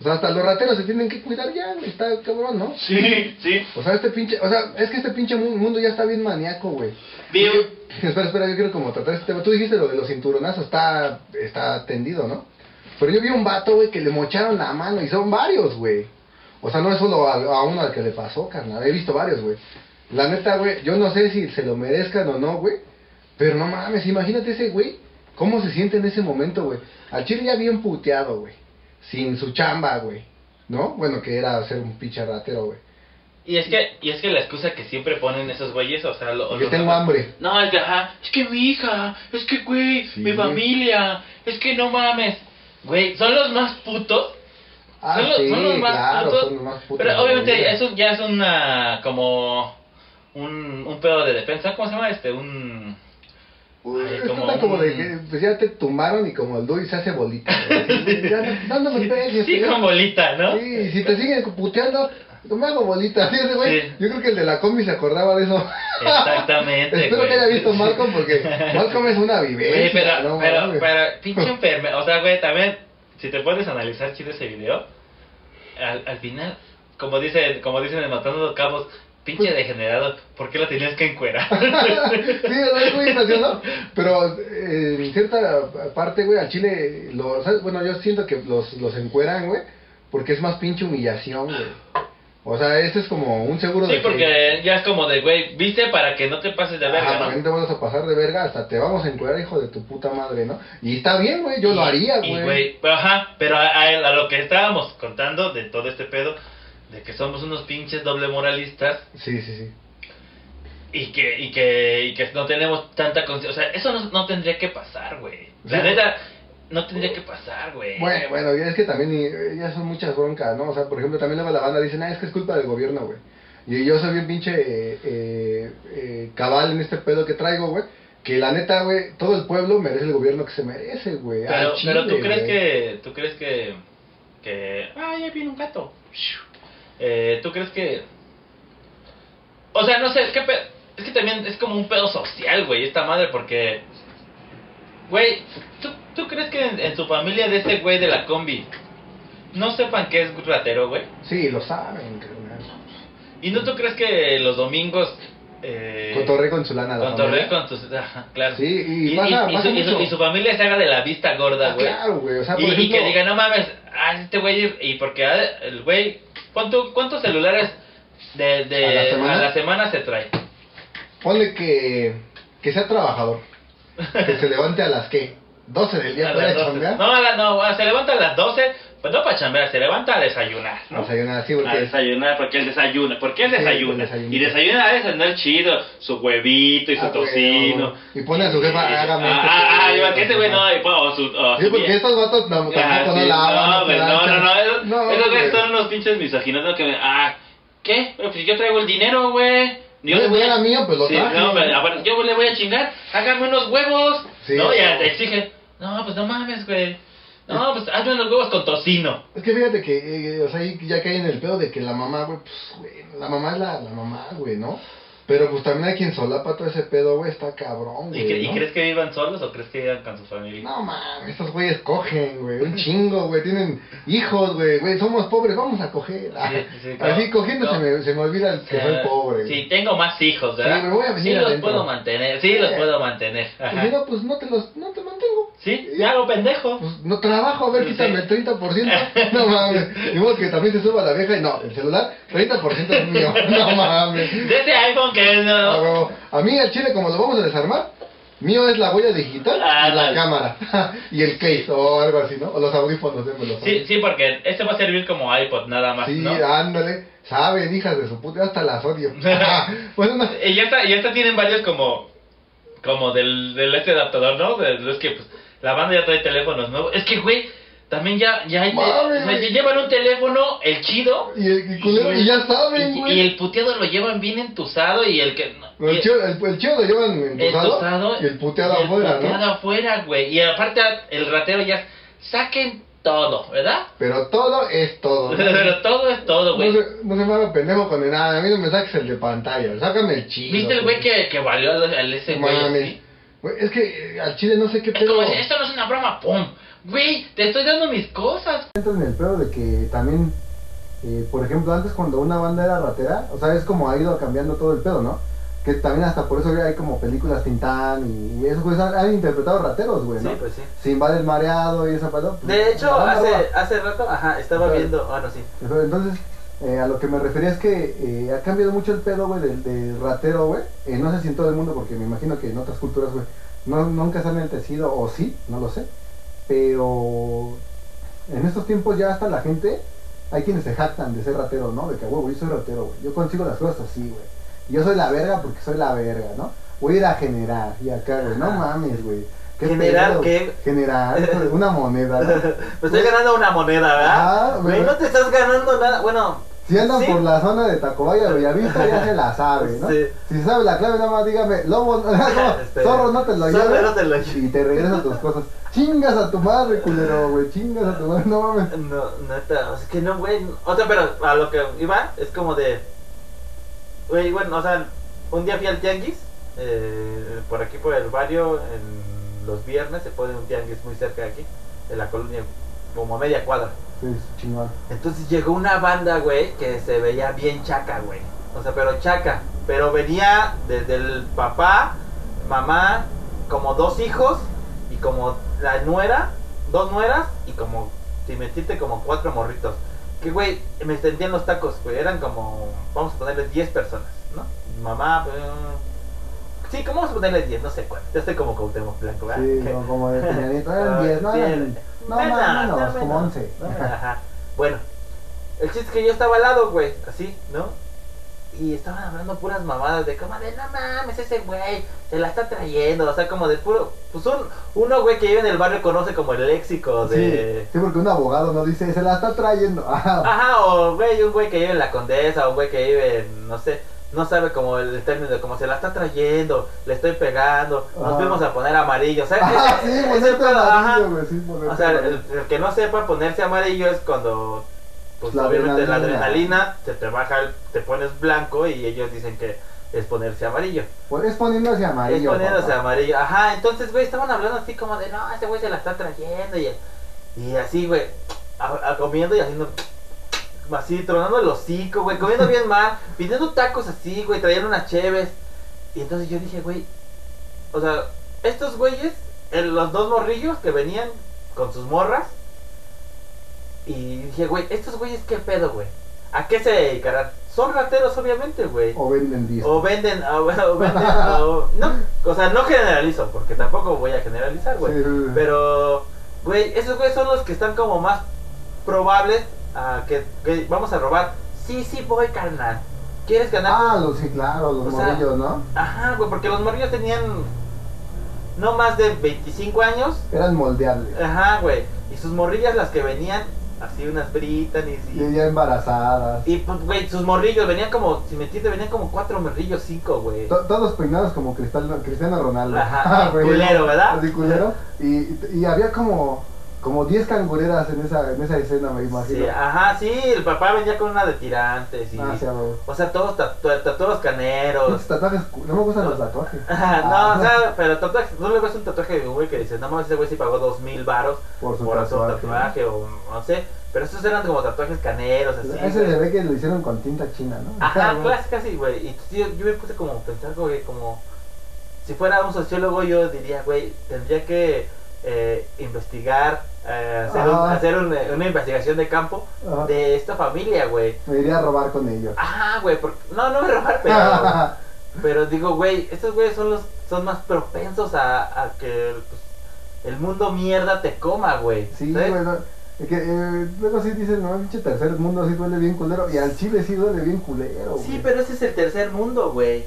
O sea, hasta los rateros se tienen que cuidar ya, güey. Está cabrón, ¿no?
Sí, sí.
O sea, este pinche. O sea, es que este pinche mu- mundo ya está bien maníaco, güey.
Vi,
Espera, espera, yo quiero como tratar este tema. Tú dijiste lo de los cinturonazos, está, está tendido, ¿no? Pero yo vi un vato, güey, que le mocharon la mano y son varios, güey. O sea, no es solo a, a uno al que le pasó, carnal. He visto varios, güey. La neta, güey, yo no sé si se lo merezcan o no, güey. Pero no mames, imagínate ese güey. ¿Cómo se siente en ese momento, güey? Al chile ya bien puteado, güey. Sin su chamba, güey. ¿No? Bueno, que era ser un pinche ratero, güey.
y es que y es que la excusa que siempre ponen esos güeyes, o sea, lo,
Que
los-
tengo hambre.
No, es que, ajá, es que mi hija, es que, güey,
Sí.
mi familia, es que no mames. Güey, son los más putos,
Ah,
son, los,
sí,
son los más
claro,
putos.
son los más putos.
pero
de la vida.
obviamente eso ya es una, como, un, un pedo de defensa, ¿cómo se llama este? Un... Ay,
Pues,
como
como, como
un-
de que pues ya te tumbaron y como el Dui se hace bolita. güey. Ya no, no, no me pegues.
Sí,
güey.
con bolita, ¿no?
Sí, y si te siguen puteando, no me hago bolita. ¿sí, ese güey?
Sí.
Yo creo que el de la combi se acordaba de eso.
Exactamente,
Espero
güey.
que haya visto Malcolm porque Malcolm es una vivencia.
Güey, pero,
no
pero,
mames.
pero, pinche enferme. O sea, güey, también, si te puedes analizar chido ese video, al, al final, como dicen, como dicen en Matando los Cabos,
Pues
pinche degenerado, ¿por qué la tenías que encuerar?
sí, o sea, es muy estacionado. Pero eh, en cierta parte, güey, al Chile, lo, ¿sabes? bueno, yo siento que los, los encueran, güey, porque es más pinche humillación, güey. O sea, ese es como un seguro
sí,
de que-
porque ya es como de, güey, viste para que no te pases de
Ah,
verga,
para que
¿no?
no te vamos a pasar de verga, hasta te vamos a encuadrar, hijo de tu puta madre, ¿no? Y está bien, güey, yo lo haría,
Y,
güey.
pero, ajá, pero a, a- a lo que estábamos contando de todo este pedo, de que somos unos pinches doble moralistas,
Sí, sí, sí.
Y que, y que, y que no tenemos tanta conciencia. O sea, eso no, no tendría que pasar, güey. La
Sí.
neta, no tendría que pasar, güey.
Bueno, bueno, ya es que también eh, ya son muchas broncas, ¿no? O sea, por ejemplo, también luego la banda dicen, ah, es que es culpa del gobierno, güey. Y yo soy bien pinche eh, eh, eh, cabal en este pedo que traigo, güey. Que la neta, güey, todo el pueblo merece el gobierno que se merece, güey.
pero,
Al
pero tú
chile,
crees
güey.
que, tú crees que, que, ah, ya viene un gato. Eh, tú crees que, o sea, no sé, es que, pe- es que también es como un pedo social, güey, esta madre, porque, güey, ¿tú, tú crees que en, en tu familia de este güey de la combi no sepan que es ratero, güey?
Sí, lo saben, carnal.
¿Y no tú crees que los domingos... Eh,
Cotorré con su lana. la
Cotorreo
familia.
con tus... ajá, claro.
Sí, y,
Y,
pasa,
y- y
pasa
su, y su-
mucho.
y su familia se haga de la vista gorda,
Ah,
güey.
claro, güey. O sea, por
y, y
ejemplo,
que diga, no mames, ah, este güey... Y porque ah, el güey... ¿cuánto- ¿Cuántos celulares de, de-
¿A la semana?
semana se trae?
Ponle que, que sea trabajador. Que se levante a las que 12 del día
A
para
las
ir a
12.
chambear.
No, a la- no, ah, se levanta a las 12, pues no para chambear, se levanta a desayunar, ¿no?
Desayunar así
A
porque
desayunar, porque él desayuna, porque él
Sí,
desayuna.
el desayuno.
y desayuna a desayunar chido, su huevito y su
Ah, güey,
tocino.
y pone a su jefa,
Y-
hágame
Ah,
este
ah, ah,
huevito,
porque este güey no, y, pues, o su. o
Sí,
su
porque
bien.
estos vatos tam-
Ah,
tampoco
sí,
no lavan.
no, güey,
se
no, no,
lanchan.
no, esos- esos güeyes
güey.
son unos pinches misóginos, ¿no? Que me, ah, ¿qué? Pero Pues yo traigo el dinero, güey. Yo
No
le
es
voy a-
nada mío, pues lo
Sí,
traje.
no, pero aparte, yo le voy a chingar, hágame unos huevos.
Sí.
no, ya te exige. No, pues no mames, güey. No, pues hazme los huevos con tocino.
Es que fíjate que, eh, o sea, ahí ya cae en el pedo de que la mamá, güey, pues, güey, la mamá es la, la mamá, güey, ¿no? Pero pues también hay quien solapa todo ese pedo, güey, está cabrón,
¿Y,
güey.
cre- y
¿no?
crees que vivan solos o crees que vivan con su familia?
No mames, esos güeyes cogen, güey, un chingo, güey, tienen hijos, güey, güey, somos pobres, vamos a coger.
sí, claro.
Así cogiendo
No.
se, me, se me olvida el que
Ah,
soy pobre.
Sí, tengo más hijos, ¿verdad?
Sí, me voy a venir
Sí los
adentro.
puedo mantener, sí los
Sí.
puedo mantener.
Y
Ajá.
si no, pues no te los, no te mantengo.
Sí, me hago pendejo.
Pues no trabajo, a ver,
Sí.
quítame el 30%. No mames. Y vos que también se suba la vieja y no, el celular, 30% es mío. No mames.
De ese iPhone que es
A
no.
huevo. A mí el chile, como lo vamos a desarmar, mío es la huella digital,
Ah,
y la
dale.
cámara y el case o algo así, ¿no? O los audífonos, démoslo. los
Sí, sí, porque este va a servir como iPod nada más,
Sí,
¿no?
ándale. Saben, hijas de su puta, hasta las odio. bueno, no.
Y ya está, ya está tienen varios como como del, del este adaptador, ¿no? De los que pues la banda ya trae teléfonos nuevos. Es que güey, también ya ya hay-
Mames,
o sea,
güey.
llevan un teléfono el chido
Y el y culero, y ya saben,
y,
güey.
y el puteado lo llevan bien entusado y el que
Pero el,
y-
chido, el, el chido lo llevan entusado y el puteado
y el
afuera,
puteado
¿no?
afuera, güey. Y aparte el ratero ya saquen todo, ¿verdad?
Pero todo es todo. ¿no?
Pero todo es todo,
No
güey.
se, no se me haga pendejo con el nada, a mí no me saques el de pantalla, sácame el chido.
¿Viste el güey que, que valió al, al ese güey?
Mames.
así?
Güey, Es que eh, al chile no sé qué
Es como
pedo.
decir, esto no es una broma, pum. Güey, te estoy dando mis cosas.
entro en el pedo de que también, eh, por ejemplo, antes cuando una banda era ratera, o sea, es como ha ido cambiando todo el pedo, ¿no? Que también hasta por eso hay como películas Tintán y, y eso, pues han, han interpretado rateros, güey, ¿no?
Sí, pues sí.
Sin vale el mareado y esa pedo. pues,
De hecho,
la banda
hace,
roba.
hace rato, ajá, estaba
Ajá.
viendo, bueno, sí.
Pero Entonces, eh, a lo que me refería es que eh, ha cambiado mucho el pedo, güey, del del ratero, güey. Eh, no sé si en todo el mundo, porque me imagino que en otras culturas, güey, no, nunca se han enaltecido, o sí, no lo sé. Pero en estos tiempos ya hasta la gente, hay quienes se jactan de ser ratero, ¿no? De que, güey, yo soy ratero, güey. Yo consigo las cosas así, güey. Y Yo soy la verga porque soy la verga, ¿no? Voy a ir a generar y acá, güey. No
Ajá.
mames, güey.
¿Generar
pedo?
qué?
Generar una moneda, ¿no?
Me estoy ganando una moneda,
Ah,
¿verdad? Güey,
bueno.
no te estás ganando nada. Bueno,
Si andan
Sí.
por la zona de Tacubaya, Bellavista, ya se la sabe, ¿no?
Sí.
Si se sabe la clave, nada más dígame, lobo, no,
Este,
zorro, no te lo
zorro,
lleves.
no te lo lleves.
Y te regresan tus cosas. Chingas a tu madre, culero, güey, chingas a tu madre, no mames.
No, neta, o sea, que no, güey. O sea, pero a lo que iba es como de. Güey, bueno, o sea, un día fui al tianguis. eh, por aquí, por el barrio, en los viernes se pone un tianguis muy cerca de aquí, de la colonia, como a media cuadra.
Sí, chingón.
Entonces llegó una banda, güey, que se veía bien chaca, güey. O sea, pero chaca. Pero venía desde el papá, mamá, como dos hijos y como la nuera, dos nueras y como, si metiste, como cuatro morritos. Que, güey, me sentían los tacos, güey. Eran como, vamos a ponerle 10 personas, ¿no? Mamá, pues, sí, ¿cómo vamos a ponerle 10? No sé cuál. Ya estoy como Cuauhtémoc Blanco, ¿verdad?
Sí,
Que-
no, como de Peñanito, eran
Ah,
10, no
sí,
eran. No,
no,
más
no,
menos,
no,
como
no.
11.
No, Ajá. Bueno, el chiste es que yo estaba al lado, güey, así, ¿no? Y estaban hablando puras mamadas de como de no mames, ese güey se la está trayendo, o sea, como de puro. Pues un, uno, güey, que vive en el barrio conoce como el léxico de.
Sí, sí, porque un abogado no dice, se la está trayendo. Ah, Ajá.
Ajá, o güey, un güey que vive en la condesa, o un güey que vive en, no sé, no sabe como el término de como se la está trayendo, le estoy pegando, nos
Ah.
fuimos a poner amarillo, o sea,
Ajá, ah,
ese-
sí, pues,
ese
ponerte
pedo, ajá.
amarillo, güey, sí, pues,
O
ponerte
sea, el,
amarillo.
el que no sepa ponerse amarillo es cuando, pues
La
obviamente la
adrenalina.
adrenalina se te baja, el- te pones blanco y ellos dicen que es ponerse amarillo.
Pues Es poniéndose amarillo.
es ponerse
papá.
amarillo. Ajá, entonces, güey, estaban hablando así como de, no, ese güey se la está trayendo y, y así, güey, a- a- comiendo y haciendo... Así, tronando el hocico, güey, comiendo bien mal, pidiendo tacos así, güey, trayendo unas cheves. Y entonces yo dije, güey, o sea, estos güeyes, el- los dos morrillos que venían con sus morras. Y dije, güey, estos güeyes, ¿qué pedo, güey? ¿A qué se dedicarán? Son rateros, obviamente, güey.
O venden 10.
O venden, o, o venden, o- no, o sea, no generalizo, porque tampoco voy a generalizar, güey.
Sí, sí, sí.
Pero, güey, esos güeyes son los que están como más probables a que, que vamos a robar. Sí, sí, voy, carnal. ¿Quieres ganar?
Ah, los, sí, claro, los
O sea,
morrillos, ¿no?
Ajá, güey, porque los morrillos tenían no más de 25 años.
Eran moldeables.
Ajá, güey. Y sus morrillas las que venían, así unas Britannies y...
Y ya embarazadas.
Y pues, güey, sus morrillos venían como, si me entiendes, venían como cuatro morrillos, cinco, güey.
To- Todos peinados como Cristal- Cristiano Ronaldo.
Ajá,
Ah, güey,
culero, ¿verdad?
Así culero. Y, y había como, como 10 cangureras en esa, en esa escena, me
Sí,
imagino.
ajá, sí, el papá venía con una de tirantes y...
Ah, sí, a huevo.
o sea, todos tatu- tatuados caneros.
Pinches tatuajes, cu- no me gustan los tatuajes.
Ajá, no,
Ah,
o sea, pero tatuaje, tú le ves un tatuaje de un güey que dices, no mames, ese güey sí pagó dos mil baros
por su
por hacer un
tatuaje.
tatuaje o no sé, pero estos eran como tatuajes caneros, así.
Ese
güey.
se ve que lo hicieron con tinta china, ¿no? Ah,
Ajá,
Está,
casi, casi, güey. Y sí, yo, yo me puse como a pensar, güey, como si fuera un sociólogo, yo diría, güey, tendría que eh, investigar, eh, hacer, un-
Ajá.
hacer un- una investigación de campo
Ajá.
de esta familia, güey.
Me iría a robar con ellos.
Ajá, güey, porque no, no me robar, Ah, pero, pero digo, güey, estos güeyes son los son más propensos a, a que pues, el mundo mierda te coma, güey.
Sí,
¿sabes?
bueno, es que, eh, luego sí dicen, no, pinche tercer mundo sí duele bien culero. Y al Chile sí duele bien culero,
Sí,
güey.
pero ese es el tercer mundo, güey.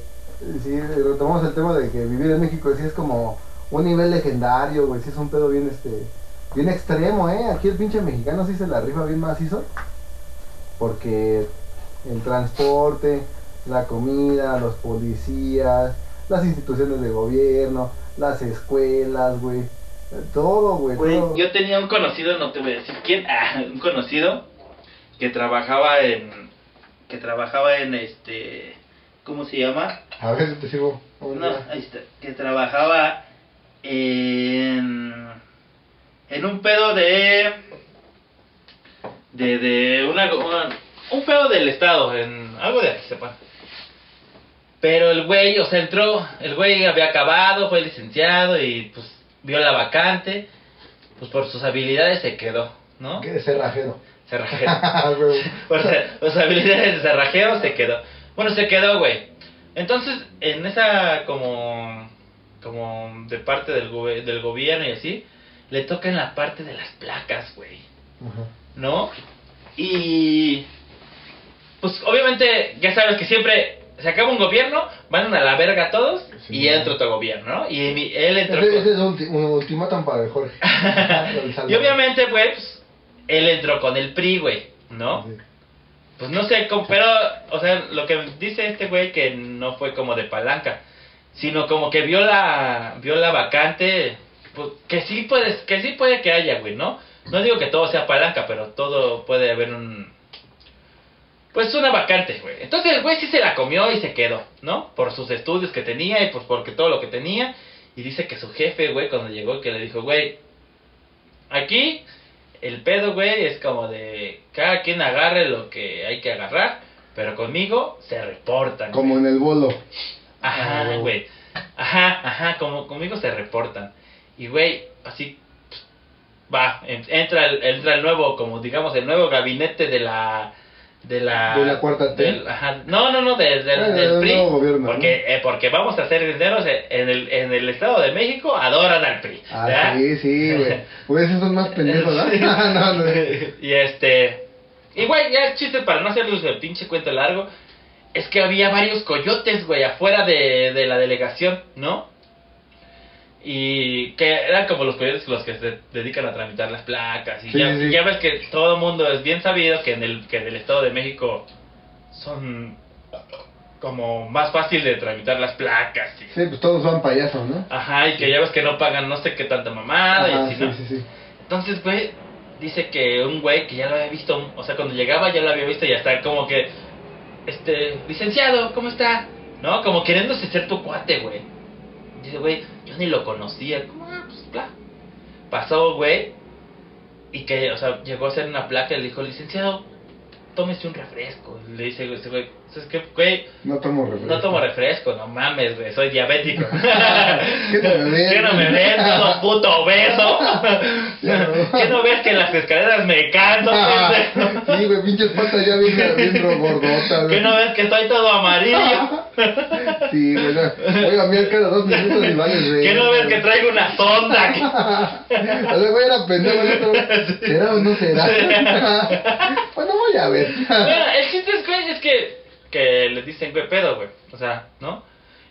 Sí, retomamos el tema de que vivir en México sí es como un nivel legendario, güey. Sí es un pedo bien, este, bien extremo, ¿eh? Aquí el pinche mexicano sí se la rifa bien macizo. Porque el transporte, la comida, los policías, las instituciones de gobierno, las escuelas, güey. eh, Todo, güey.
Güey,
todo.
Yo tenía un conocido, no te voy a decir quién, ah, un conocido que trabajaba en que trabajaba en este ¿cómo se llama?
A ver, te sirvo. Vamos,
No,
ya.
ahí está, que trabajaba en en un pedo de de de una, una- un pedo del estado, en algo de aquí sepa. Pero el güey, o sea, entró, el güey había acabado, fue licenciado y pues vio la vacante, pues por sus habilidades se quedó, ¿no?
Qué cerrajero.
Cerrajero.
Ah, güey.
Por ser- por sus habilidades de cerrajeo se quedó. Bueno, se quedó, güey. Entonces, en esa como como de parte del, gobe- del gobierno y así, le toca en la parte de las placas, güey.
Ajá.
¿No? Y pues obviamente ya sabes que siempre se acaba un gobierno, mandan a la verga a todos
Sí.
y entra otro gobierno, ¿no? Y mi- él entró
Ese,
con-
ese es un, ulti- un ultimátum para el Jorge. El Salvador.
Y obviamente, güey, pues, él entró con el PRI, güey, ¿no?
Sí.
Pues no sé, como- pero, o sea, lo que dice este güey que no fue como de palanca, sino como que vio la, vio la vacante, pues, que sí puedes, que sí puede que haya, güey, ¿no? No digo que todo sea palanca, pero todo puede haber un, pues una vacante, güey. Entonces el güey sí se la comió y se quedó, ¿no? Por sus estudios que tenía y pues porque todo lo que tenía. Y dice que su jefe, güey, cuando llegó, que le dijo, güey, aquí el pedo, güey, es como de cada quien agarre lo que hay que agarrar, pero conmigo se reportan.
Como en el bolo.
Ajá,
Ah,
güey. Ajá, ajá, como conmigo se reportan. Y, güey, así pues, va, en- entra el, entra el nuevo, como digamos, el nuevo gabinete de la... De la,
De la cuarta T.
del- ajá, no, no, no, de- del-
Ah,
del
del
PRI.
nuevo gobierno,
porque, eh, porque vamos a hacer dineros en el, en el Estado de México, adoran al PRI.
Ah,
¿verdad?
sí, sí, güey. Güey, esos son más pendejos, ¿no? no, no.
Y este. Y güey, ya el chiste para no hacerles el pinche cuento largo. Es que había varios coyotes, güey, afuera de, de la delegación, ¿no? Y que eran como los coyotes los que se dedican a tramitar las placas. Y
Sí,
ya,
sí, sí.
ya ves que todo el mundo es bien sabido que en el, que en el Estado de México son como más fácil de tramitar las placas. y-
Sí, pues todos van payasos, ¿no?
Ajá, y que ya ves que no pagan no sé qué tanta mamada Ah, y
Ajá,
así,
sí,
¿no?
sí, sí.
Entonces, güey, dice que un güey que ya lo había visto, o sea, cuando llegaba ya lo había visto y hasta como que, este, licenciado, ¿cómo está? ¿No? Como queriéndose ser tu cuate, güey. Dice, güey, yo ni lo conocía. Como, ah, pues, bla. Pasó, güey, y que, o sea, llegó a hacer una placa y le dijo, licenciado, tómese un refresco. Y Le dice, ese güey, ¿sabes qué, güey?
No tomo refresco.
No tomo refresco, no mames, güey, soy diabético.
¿Qué no me ves?
¿Qué no me ves, todo puto obeso?
Ya no.
¿Qué no Ah, ves que en las escaleras me canto? pendejo?
Ah, sí, güey, pinches patas ya bien, bien gordotas,
¿Qué no ves que estoy todo amarillo?
Sí, güey. no. Voy a cambiar cada dos minutos y vale, güey.
¿Qué no ves que traigo una sonda? aquí?
O sea, güey, era pendejo, el otro, güey. ¿Será o no será? bueno, voy a ver.
Bueno, el chiste es, güey, es que, que le dicen, güey, pedo, güey. O sea, ¿no?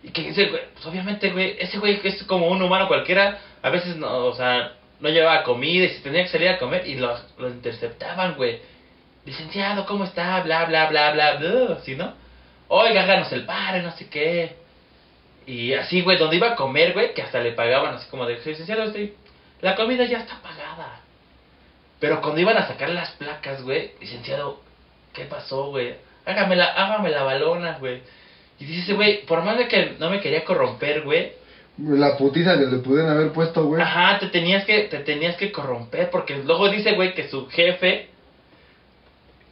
Y que dice, güey, pues obviamente, güey, ese güey que es como un humano cualquiera, a veces no, o sea, no llevaba comida y se tenía que salir a comer y lo, lo interceptaban, güey. Licenciado, ¿cómo está? Bla, bla, bla, bla, bla, ¿sí, no? Oiga, háganos el paro, no sé qué. Y así, güey, donde iba a comer, güey, que hasta le pagaban así como de, licenciado, este, la comida ya está pagada. Pero cuando iban a sacar las placas, güey, licenciado, ¿qué pasó, güey? Hágame la, hágame la balona, güey. Y dice, güey, por más de que no me quería corromper, güey,
La putiza que le pudieron haber puesto, güey.
Ajá, te tenías que te tenías que corromper porque luego dice, güey, que su jefe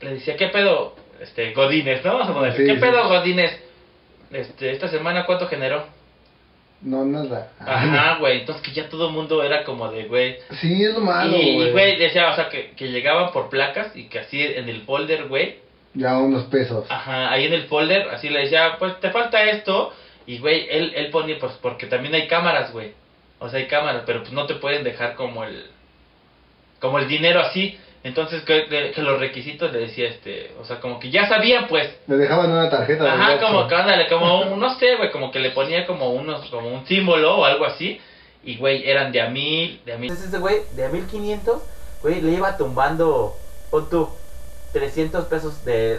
le decía, "¿Qué pedo? Este Godínez, ¿no? Vamos a poner,
Sí,
¿qué
sí.
pedo Godínez? Este esta semana cuánto generó?"
No, nada.
Ajá, güey, entonces que ya todo el mundo era como de, güey,
Sí, es lo malo,
y y, güey,
güey.
decía, o sea, que, que llegaban por placas y que así en el folder, güey,
Ya unos pesos.
Ajá, ahí en el folder, así le decía, pues te falta esto. Y, güey, él, él ponía, pues porque también hay cámaras, güey. O sea, hay cámaras, pero pues no te pueden dejar como el. Como el dinero así. Entonces, que, que- que los requisitos le decía, este. O sea, como que ya sabía, pues.
Le dejaban una tarjeta. de
Ajá,
gasto.
como que ándale, como un- no sé, güey, como que le ponía como unos, como un símbolo o algo así. Y, güey, eran de a mil, de a mil.
Entonces ese güey de a 1500, güey, le iba tumbando, pon tú, 300 pesos de,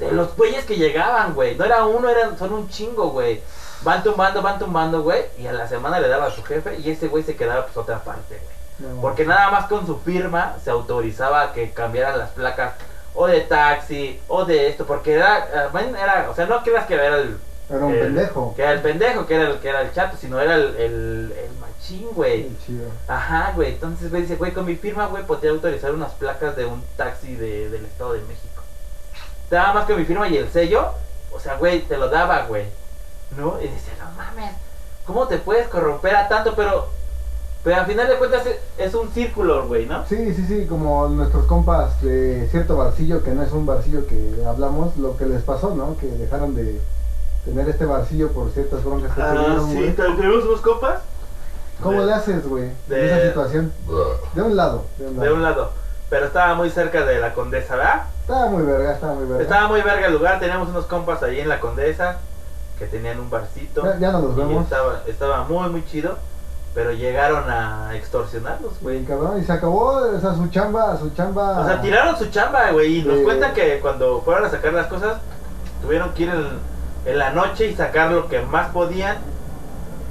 de los güeyes que llegaban, güey. No era uno, eran, son un chingo, güey. Van tumbando, van tumbando, güey. Y a la semana le daba a su jefe y ese güey se quedaba pues otra parte, güey.
No.
Porque nada más con su firma se autorizaba a que cambiaran las placas o de taxi o de esto, porque era, eh, man, era o sea, no creas que era el,
Era un
Eh,
el-
pendejo.
que era el pendejo, que era el, que era el chato, sino era el, el, el machín, güey.
Qué chido.
Ajá, güey. Entonces, güey, dice, güey, con mi firma, güey, podría autorizar unas placas de un taxi de, del Estado de México. Nada más que mi firma y el sello, o sea, güey, te lo daba, güey. ¿No? Y dice, no mames, ¿cómo te puedes corromper a tanto? Pero, pero al final de cuentas es, es un círculo, güey, ¿no?
Sí, sí, sí, como nuestros compas de cierto barcillo que no es un barcillo que hablamos, lo que les pasó, ¿no? Que dejaron de tener este barcillo por ciertas broncas que tuvieron, güey.
tenemos unos copas.
¿Cómo
Ah, De-
le haces, güey? en
de-
esa situación. De un lado, de un
De
lado.
un lado. Pero estaba muy cerca de la condesa, ¿verdad?
Estaba muy verga, estaba muy verga.
Estaba muy verga el lugar, teníamos unos compas ahí en la condesa que tenían un barcito.
Ya, ya no nos
Y
vemos.
estaba, estaba muy, muy chido. Pero llegaron a extorsionarlos, güey.
Güey, cabrón, y se acabó, o sea, su chamba, su chamba.
O sea, tiraron su chamba, güey. Y nos
Ah. Sí.
cuentan que cuando fueron a sacar las cosas, tuvieron que ir en, en la noche y sacar lo que más podían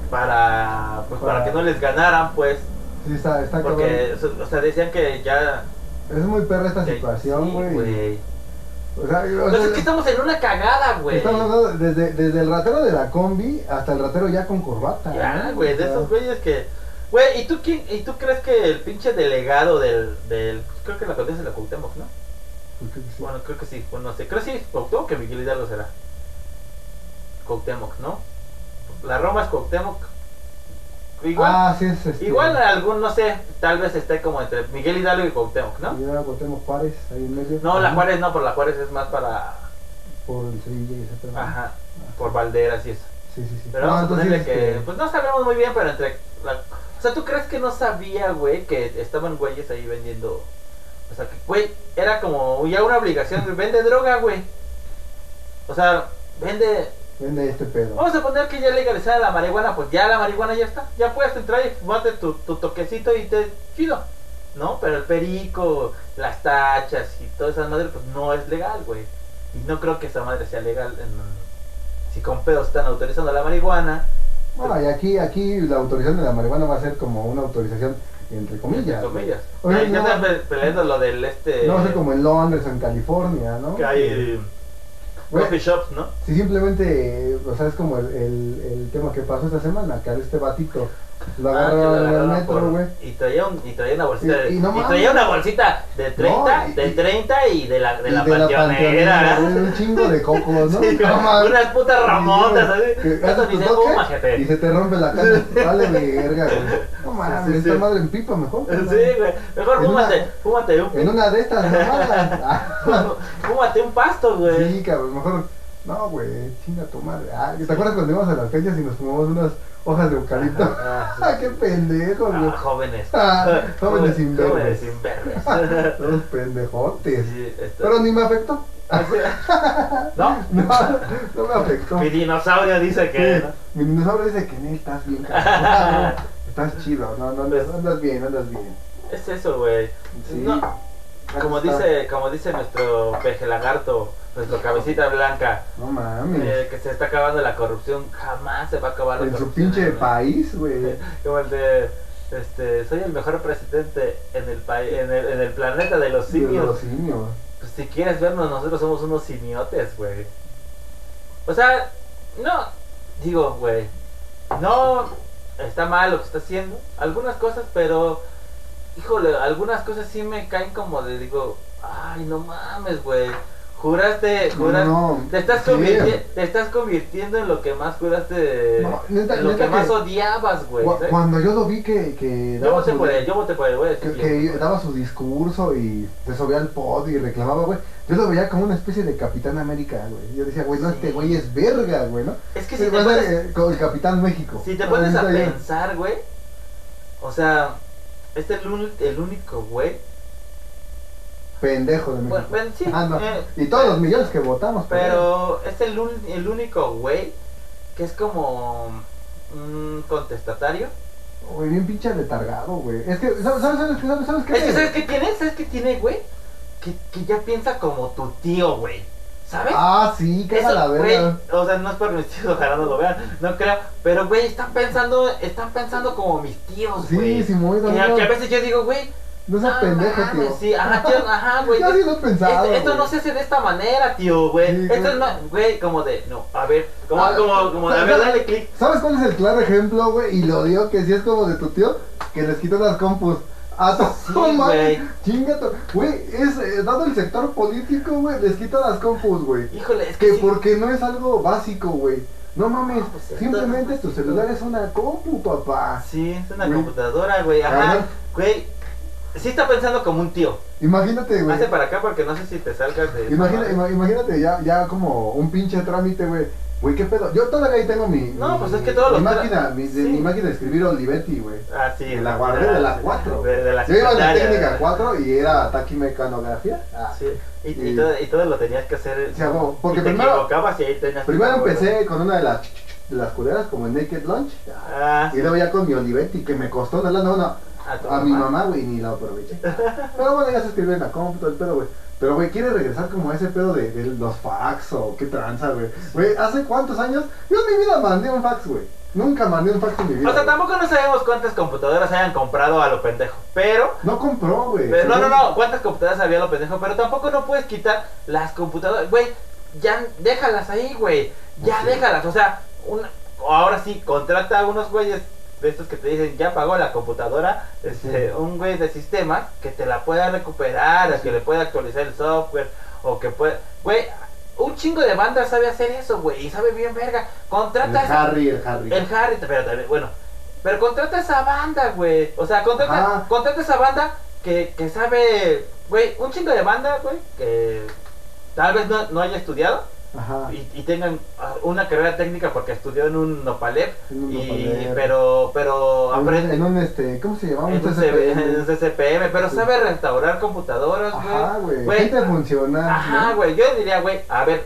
para, pues, para
Para-
que no les ganaran, pues.
Sí, está, está cabrón.
Porque, o sea, decían que ya.
Es muy perra esta
que-
situación,
sí,
güey. o sea, o
Pues
sea,
es que estamos en una cagada, güey.
estamos hablando desde, desde el ratero de la combi hasta el ratero ya con corbata.
Ya,
¿no?
güey,
O
de
sea,
esos güeyes que. Güey, ¿y tú, quién, ¿y tú crees que el pinche delegado del. del pues, creo que la condesa es la Cuauhtémoc, ¿no?
pues, creo que sí.
Bueno, creo que sí, bueno, no sé. Creo que sí es Cuauhtémoc que Miguel Hidalgo será. Cuauhtémoc, ¿no? La Roma es Cuauhtémoc. Igual,
Ah, sí, es este.
igual algún, no sé, tal vez esté como entre Miguel Hidalgo y Cuauhtémoc, ¿no?
Y ahora votemos Juárez, ahí en medio.
No, la
Ajá.
Juárez no, por la Juárez es más para.
Por el Sevilla y ese pedo.
Ajá, por Valderas y eso.
Sí, sí, sí.
Pero
No,
vamos a
entonces,
ponerle que.
este,
Pues no sabemos muy bien, pero entre. la- o sea, ¿tú crees que no sabía, güey, que estaban güeyes ahí vendiendo. O sea, que, güey, era como ya una obligación. güey, Vende droga, güey. O sea, vende.
Vende este pedo.
pues- Vamos a poner que ya legalizada la marihuana, pues ya la marihuana ya está. Ya puedes entrar y fumarte tu, tu toquecito y te. chido. ¿No? Pero el perico, las tachas y toda esa madre, pues no es legal, güey. Y no creo que esa madre sea legal. en- si con pedos están autorizando la marihuana.
Bueno, y aquí, aquí la autorización de la marihuana va a ser como una autorización entre comillas.
Entre comillas.
Oye,
Ahí ya
no.
están pe- peleando lo del este.
No va a ser como en Londres o en California, ¿no?
Que hay eh,
Güey,
coffee shops, ¿no?
Si simplemente, eh, o sea, es como el, el, el tema que pasó esta semana, que a este batito lo
Ah, que
agarraron en el
agarraron
metro,
por-
güey.
Y traía, un, y traía una bolsita. de-
Y-
Y,
y no
traía
mames.
una bolsita de 30,
No, y-
de 30 y de la, de
Y
la
panteonera,
panteonera.
güey, Un chingo de cocos, ¿no?
Sí,
No mames.
unas putas ramotas,
Sí, güey,
¿sabes?
que haces
Eso ni
tu
se
toque
fuma,
Y
jefe.
se te rompe la cara. Vale, verga, güey. No mames,
Sí, sí,
esta
sí.
madre en pipa mejor.
Sí,
carnal.
güey. Mejor
En
fúmate,
una-
fúmate un,
En una de estas mamadas. Ah,
fúmate un pasto, güey.
sí, cabrón, mejor. No, güey, chinga tu madre. Ah, ¿Te acuerdas cuando íbamos a las calles y nos fumamos unas hojas de eucalipto?
Ah, sí.
Ah, qué pendejo, güey.
Ah, jóvenes.
Ah, jóvenes imberbes.
Jóvenes imberbes.
Unos pendejotes.
Sí, esto-
Pero ni me afectó.
¿No?
No, no me afectó.
Mi dinosaurio dice que.
Sí, Mi dinosaurio dice que Nel, estás bien, cabrón. Estás chido, no, no, andas, andas bien, andas bien.
Es eso, güey.
Sí.
No. Como
Ahí está.
dice, como dice nuestro peje lagarto, nuestro cabecita blanca,
No mames.
eh, que se está acabando la corrupción, jamás se va a acabar la
en su
corrupción.
pinche
¿no?
país, güey.
Como el de Este, soy el mejor presidente en el país, en el, en el planeta de los
de
simios.
los simios.
Pues, si quieres vernos, nosotros somos unos simiotes, güey. O sea, no, digo, güey, no está mal lo que está haciendo. Algunas cosas, pero, híjole, algunas cosas sí me caen como de, digo, ay, no mames, güey. Juraste, juraste,
No,
te, estás
sí.
convirti- te estás convirtiendo en lo que más juraste,
No, neta-
en lo
neta
que más
que-
odiabas, güey.
Cu-
¿sabes?
Cuando yo lo vi que, que
Yo voté
su-
por él, yo voté por él, güey.
que,
sí,
que
güey.
daba su discurso y se subía al podio y reclamaba, güey. Yo lo veía como una especie de Capitán América, güey. Yo decía, güey, no,
Sí.
este güey es verga, güey, ¿no?
Es que
Sí,
si te
va a ser,
pones-
eh, como el Capitán México.
Si te
Ah,
pones a
está bien.
pensar, güey. O sea, este es el, uni- el único, güey.
Pendejo de México.
Bueno, bueno, sí.
Ah, no.
eh,
y todos los millones que votamos, por él.
Pero este es el, un- el único, güey, que es como un contestatario.
Güey, bien pinche letargado, güey. Es que, ¿sabes, sabes, sabes, qué? sabes, sabes qué?
Es que, ¿sabes qué tiene? ¿Sabes qué tiene, güey? Que, que ya piensa como tu tío, güey. ¿Sabes?
Ah, sí, caga
Eso,
la
güey,
verga.
o sea, no es permitido, ojalá no lo vean, no creo, pero güey, están pensando, están pensando como mis tíos, güey.
Sí, sí, muy
que,
también.
que a veces yo digo, güey,
No seas
Ah,
pendejo,
mames,
tío.
Sí, ajá, tío, ajá, güey.
Yo sí lo he pensado.
Esto, esto
güey.
no se hace de esta manera, tío, güey.
Sí,
esto
güey.
es más, güey, como de, no, a ver, como,
Ah,
como, como, de, a
no,
ver,
no.
dale clic.
¿Sabes cuál es el claro ejemplo, güey? Y lo dio que si es como de tu tío, que les quitó las compus. Ah, A
Sí,
todo
güey.
Chingato. Güey, es eh, dado el sector político, güey, les quita las compus, güey.
Híjole, es que.
Que
sí.
porque no es algo básico, güey. No mames,
No, pues, sí,
simplemente
todo
tu
básico.
celular es una compu, papá.
Sí, es una
Güey.
computadora, güey, ajá,
Ajá.
güey. Sí está pensando como un tío.
Imagínate, güey.
Hace para acá porque no sé si te salgas de.
Imagina- ima- imagínate ya, ya como un pinche trámite, güey. Güey, qué pedo. Yo todavía ahí tengo mi.
No,
mi-
pues es que todos
mi
los tra-
máquina, mi, de-
Sí.
mi máquina de escribir Olivetti, güey.
Ah, sí.
De la guardé de la 4.
De, de la
Yo iba en la
secundaria,
técnica
güey.
4 y era taquimecanografía. Ah.
Sí. Y, y
Y-
todo, y todo lo tenías que hacer.
Sí, a huevo, porque
y te
primero-
equivocabas y ahí tenías que-
Primero empecé con una de las, de las culeras, como en Naked Lunch. Ah.
Ah,
Y luego ya con mi Olivetti, que me costó una lana, bueno,
a, tu
a mi mamá, güey, ni la aproveché. Pero bueno, ya se escribió en la compu, todo el pedo, güey. Pero, güey, quiere regresar como a ese pedo de, de los fax o qué tranza, güey. Güey, ¿hace cuántos años? Yo en mi vida mandé un fax, güey. Nunca mandé un fax en mi vida.
O sea,
güey.
tampoco no sabemos cuántas computadoras hayan comprado a lo pendejo, pero...
No compró, güey.
pero no, no,
Según-
no, cuántas computadoras había a lo pendejo, pero tampoco no puedes quitar las computadoras, güey, ya déjalas ahí, güey, ya
Sí.
déjalas, o sea, una, ahora sí, contrata a unos güeyes de estos que te dicen, ya pagó la computadora, este,
Sí.
un güey de sistema que te la pueda recuperar, o que le pueda actualizar el software, o que pueda, güey, un chingo de banda sabe hacer eso, güey, y sabe bien verga,
El
contrata a ese
Harry, el Harry.
el Harry, pero también, bueno. Pero contrata esa banda, güey. O sea, contrata,
Ajá.
contrata esa banda que, que sabe, güey, un chingo de banda, güey, que tal vez no, no haya estudiado
Ajá.
y, y tengan ah, una carrera técnica porque estudió en un Nopalep.
En un
y,
Nopalep.
Pero, pero
En un-
aprende.
En un, este, ¿cómo se llamaba?
En un C-
CCP,
en un CCPM, pero
Sí.
sabe restaurar computadoras, güey.
Ajá, güey.
Güey,
Gente funcional.
Ajá,
¿no?
güey, yo diría, güey, a ver,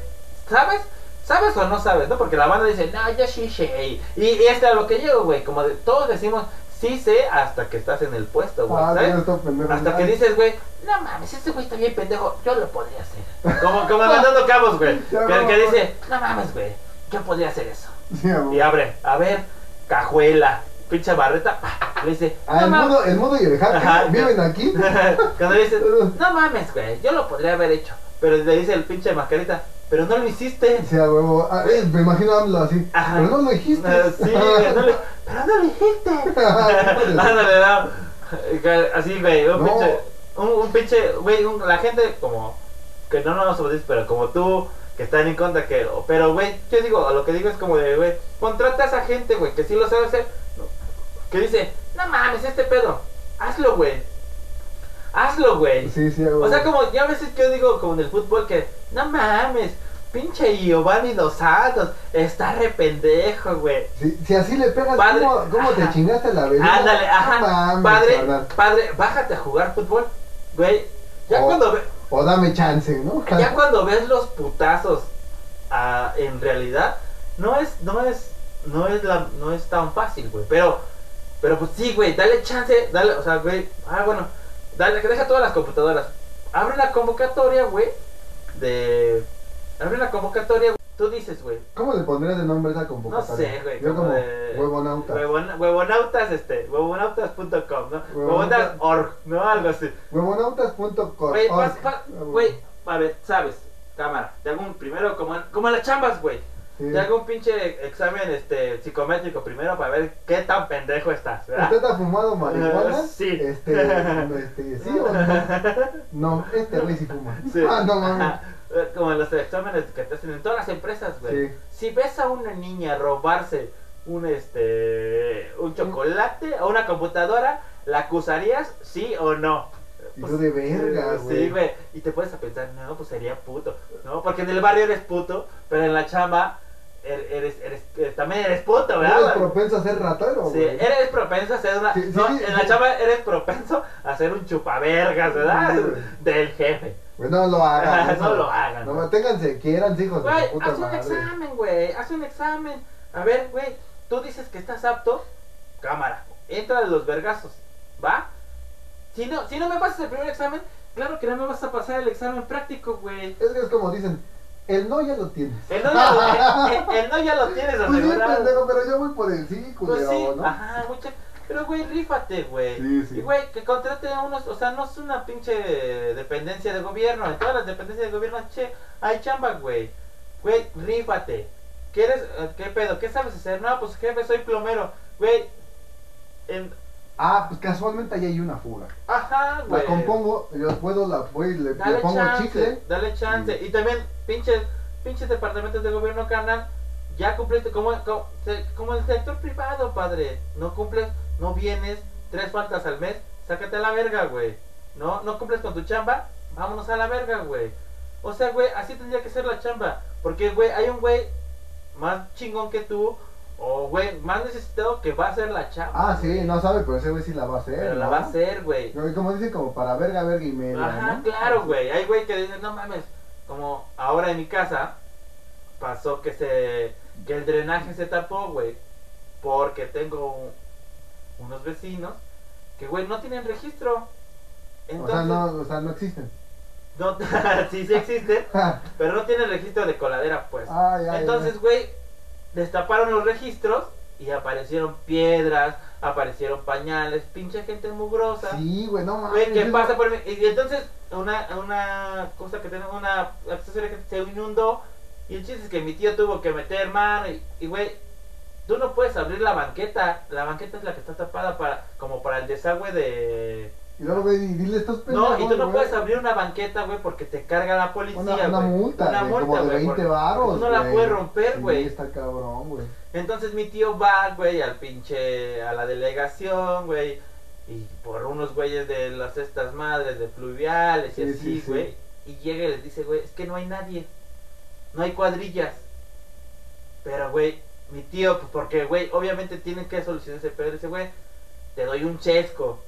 ¿sabes? ¿Sabes o no sabes? ¿No? Porque la banda dice, no, yo sí sé. Y, y este a lo que llego, güey, como de- todos decimos, sí sé hasta que estás en el puesto, güey,
Ah,
¿sabes?
no, esto pendejo.
Hasta que
Ay,
dices, güey, no mames, este güey está bien pendejo, yo lo podría hacer. Como, como mandando cabos, güey.
Ya,
Que, que
no.
dice, no mames, güey, yo podría hacer eso.
sí, amor.
Y abre, a ver, cajuela, pinche barreta, pa, le dice,
Ah,
no
el
mames.
modo, el modo y el hacker
Ajá.
viven aquí.
Cuando le dices, no mames, güey, yo lo podría haber hecho. Pero le dice el pinche mascarita, pero no lo hiciste.
Sí, a huevo. Ah, eh, me imagino a AMLO así.
Ajá.
Pero no lo dijiste.
Ah, Sí, güey, no le- pero no lo hiciste. Ándale, no. Así, güey, un
No.
pinche, un, un pinche, güey, un- la gente como, que no nos obedece, pero como tú, que están en contra, que, pero, güey, yo digo, lo que digo es como de, güey, contrata a esa gente, güey, que sí lo sabe hacer, que dice, no mames, este pedo, hazlo, güey, hazlo, güey.
Sí, sí, a huevo.
O sea, como ya a veces yo digo, como en el fútbol, que no mames, pinche Giovanni Dos Santos, está re pendejo, güey.
Si, si así le pegas,
Padre.
¿cómo, cómo te
Ajá.
chingaste la vez?
Ándale, ajá, padre,
carnal.
padre, bájate a jugar fútbol, güey. Ya,
Oh.
cuando, ve-
O dame chance, ¿no?
ya cuando ves los putazos ah, en realidad, no es, no es, no es, la, no es tan fácil, güey. Pero, pero pues sí, güey, dale chance, dale, o sea, güey, ah, bueno, dale, que deja todas las computadoras. Abre una convocatoria, güey, de, abre una convocatoria, güey, Tú dices, güey.
¿Cómo le pondrías de nombre esa
No
convocatoria?
sé, güey.
Yo como
de-
huevonauta.
huevona- Huevonautas, este. Huevonautas.com, ¿no? Huevonautas.org, ¿no? Algo así.
Huevonautas.com.
Güey, pas- pa- güey, a ver, sabes, cámara, te hago un primero como en, como en las chambas, güey.
Sí.
Te hago un pinche examen este psicométrico primero para ver qué tan pendejo estás, ¿verdad?
¿Usted ha fumado marihuana?
Sí.
Este, este, ¿Sí o no? No, este güey sí fuma.
Sí.
Ah, no mames.
Ajá. Como en los exámenes que te hacen en todas las empresas, güey.
Sí.
Si ves a una niña robarse un este un chocolate o una computadora, ¿la acusarías sí o no?
Y tú de verga, güey.
Pues, Sí, güey. Y te puedes a pensar, no, pues sería puto, ¿no? Porque en el barrio eres puto, pero en la chamba er- eres, eres, eh, también eres puto, ¿verdad?
¿Eres
güey?
propenso a ser ratero,
Sí,
güey?
eres propenso a ser una.
Sí, sí,
no,
sí,
en
sí.
la chamba eres propenso a ser un chupavergas, ¿verdad?
Sí, güey.
Del jefe.
Güey, no lo hagan.
No lo hagan.
No, manténganse, quieran, hijos de
Güey,
su puta
haz un
madre.
examen, güey. Haz un examen. A ver, güey, tú dices que estás apto. Cámara, entra de los vergazos. ¿Va? Si no, si no me pasas el primer examen, claro que no me vas a pasar el examen práctico, güey.
Es que es como dicen, el no ya lo tienes.
El no ya lo, el- el no ya lo tienes
Pues sí,
asegurado.
pendejo, pero yo voy por el sí,
Pues
culero,
sí,
¿no?
ajá, mucha. Pero, güey, rífate, güey.
Sí, sí.
Y, güey, que contrate a unos, o sea, no es una pinche dependencia de gobierno. En todas las dependencias de gobierno, che, hay chamba, güey. Güey, rífate. ¿Quieres, eh, qué pedo? ¿Qué sabes hacer? No, pues jefe, soy plomero. Güey, en-
Ah, pues casualmente ahí hay una fuga.
ajá,
La
güey.
compongo, yo puedo, la voy, y le, le
Dale
pongo
chance,
chicle. Mm.
dale chance. Y también, pinches, pinches departamentos de gobierno, canal, ya cumpliste, como, como, se- como el sector privado, padre. No cumples, no vienes, tres faltas al mes, sácate a la verga, güey. No, no cumples con tu chamba, vámonos a la verga, güey. O sea, güey, así tendría que ser la chamba. Porque, güey, hay un güey más chingón que tú, o güey, más necesitado que va a hacer la chamba.
Ah, sí, no sabe, pero ese güey sí la va a hacer.
Pero la
¿no?
va a hacer, güey.
No, y Como dicen, como para verga, verga y media.
Ajá,
¿no?
claro, güey. Hay güey que dicen, no mames, como ahora en mi casa pasó que se que el drenaje se tapó, güey, porque tengo un- unos vecinos que güey no tienen registro.
O sea,
Entonces,
no, o sea, no existen.
no, sí sí existen,
ah,
pero no tienen registro de coladera, pues.
ya,
Entonces, güey, destaparon los registros y aparecieron piedras, aparecieron pañales, pinche gente mugrosa.
Sí, güey, no mames.
Güey, ¿qué
yo-
pasa por mí? Y entonces, una, una cosa que tenemos, una accesoria que se inundó. Y el chiste es que mi tío tuvo que meter mano. Y, y, güey, tú no puedes abrir la banqueta. La banqueta es la que está tapada para como para el desagüe de.
Y luego, güey, y dile estos pendejos.
No, y tú no
güey.
puedes abrir una banqueta, güey, porque te carga la policía.
Una, una
güey.
multa,
Una
güey,
multa,
como de
güey,
20
porque
baros.
tú no la puedes romper, güey.
Sí, está cabrón, güey.
Entonces mi tío va, güey, al pinche, a la delegación, güey, y por unos güeyes de las estas madres de fluviales y
Sí,
así,
sí, sí.
güey, y llega y les dice, güey, es que no hay nadie, no hay cuadrillas. Pero, güey, mi tío, pues porque, güey, obviamente tienen que solucionar ese pedo, dice, güey, te doy un chesco.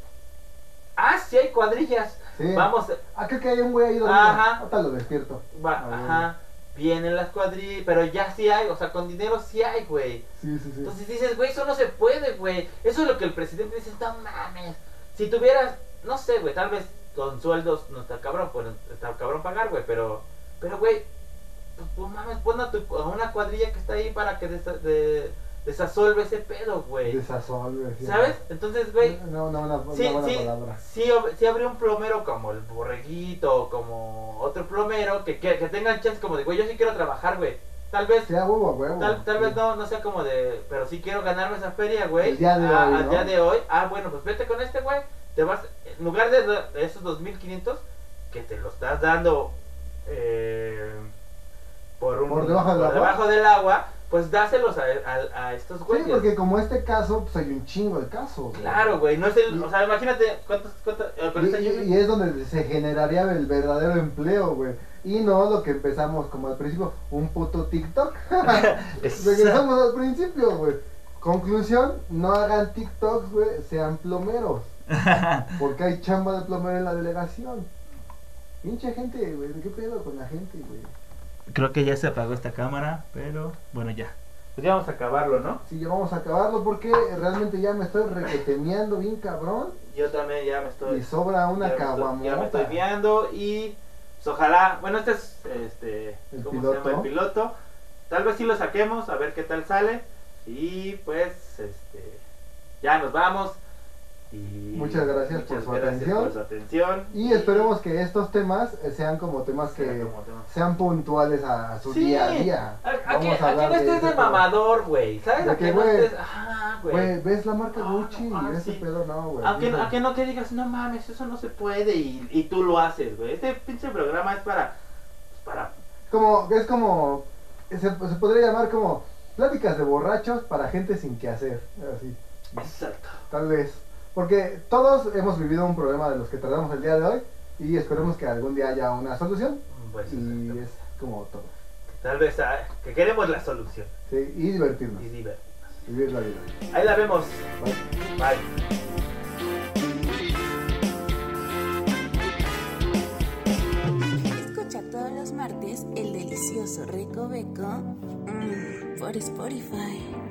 Ah, sí hay cuadrillas.
Sí.
Vamos,
Ah, creo que hay un güey ahí dormido.
Ajá.
Ahorita lo despierto.
va,
Ah, bueno.
ajá, vienen las cuadrillas, pero ya sí hay, o sea, con dinero sí hay, güey.
Sí, sí, sí.
Entonces dices, güey, eso no se puede, güey. Eso es lo que el presidente dice, no mames. Si tuvieras, no sé, güey, tal vez con sueldos no está cabrón, pues no está cabrón pagar, güey, pero, pero, güey, pues, pues, mames, pon a, tu- a una cuadrilla que está ahí para que desa- de- desasolve ese pedo, güey.
Desazón, güey. sí.
¿Sabes? Entonces, güey,
No, no, no,
sí,
una buena
sí,
palabra.
sí, ob- sí habría un plomero como el borreguito, o como otro plomero que, que, que tenga chance como de, güey, yo sí quiero trabajar, güey. Tal vez
Sí, a huevo, a huevo.
Tal, tal
Sí.
vez no, no sea como de, pero sí quiero ganarme esa feria, güey.
El día de
Ah,
hoy,
al
¿no?
día de hoy. Ah, bueno, pues vete con este, güey. Te vas, en lugar de, do- de esos 2500 que te lo estás dando eh, por, un,
Por debajo del
por
agua.
debajo del agua, pues dáselos a, a- a estos
Sí,
güeyes.
porque como este caso, pues hay un chingo de casos. güey.
Claro, güey. No es el, o sea, imagínate cuántos, cuántos, eh, con
Y,
esta lluvia-
y- y es donde se generaría el verdadero empleo, güey. Y no lo que empezamos como al principio, un puto TikTok. Regresamos al principio, güey. Conclusión, no hagan TikToks, güey, sean plomeros. Porque hay chamba de plomero en la delegación. Pinche gente, güey, ¿qué pedo con la gente, güey?
Creo que ya se apagó esta cámara, pero bueno, ya.
Pues ya vamos a acabarlo, ¿no?
Sí, ya vamos a acabarlo porque realmente ya me estoy requetemeando bien cabrón
Yo también ya me
y
estoy.
sobra una
ya me estoy-
caguamota.
Ya me estoy viando y pues, ojalá, bueno, este es este,
El
¿cómo se llama?
piloto.
El piloto. Tal vez sí lo saquemos, a ver qué tal sale. Y pues, este, ya nos vamos. Y
Muchas gracias por su atención.
por su atención.
Y esperemos que estos temas eh, sean como temas
Sí,
que
como tema.
sean puntuales a su
Sí.
día a día.
A, a
Vamos
que,
a
a que
hablar
no
de
estés
ese
de
tema.
mamador, güey. ¿Sabes?
De
a que,
que,
no
güey,
estés. Ajá,
Güey, ¿ves la marca
Ah, no,
Gucci?
ah,
Ese
sí.
pedo no, güey.
Aunque,
Dice-
aunque no te digas, no mames, eso no se puede y, y tú lo haces, güey. Este pinche programa es para... pues, para
Como, es como, se, se podría llamar como pláticas de borrachos para gente sin que hacer, así,
exacto.
tal vez. Porque todos hemos vivido un problema de los que tratamos el día de hoy y esperemos que algún día haya una solución
Pues,
y
exacto.
es como todo.
Tal vez ah, que queremos la solución
Sí, y divertirnos,
y divertirnos.
vivir la vida.
Ahí la vemos.
Bye.
Bye.
Escucha todos los martes el delicioso Recoveco mm, por Spotify.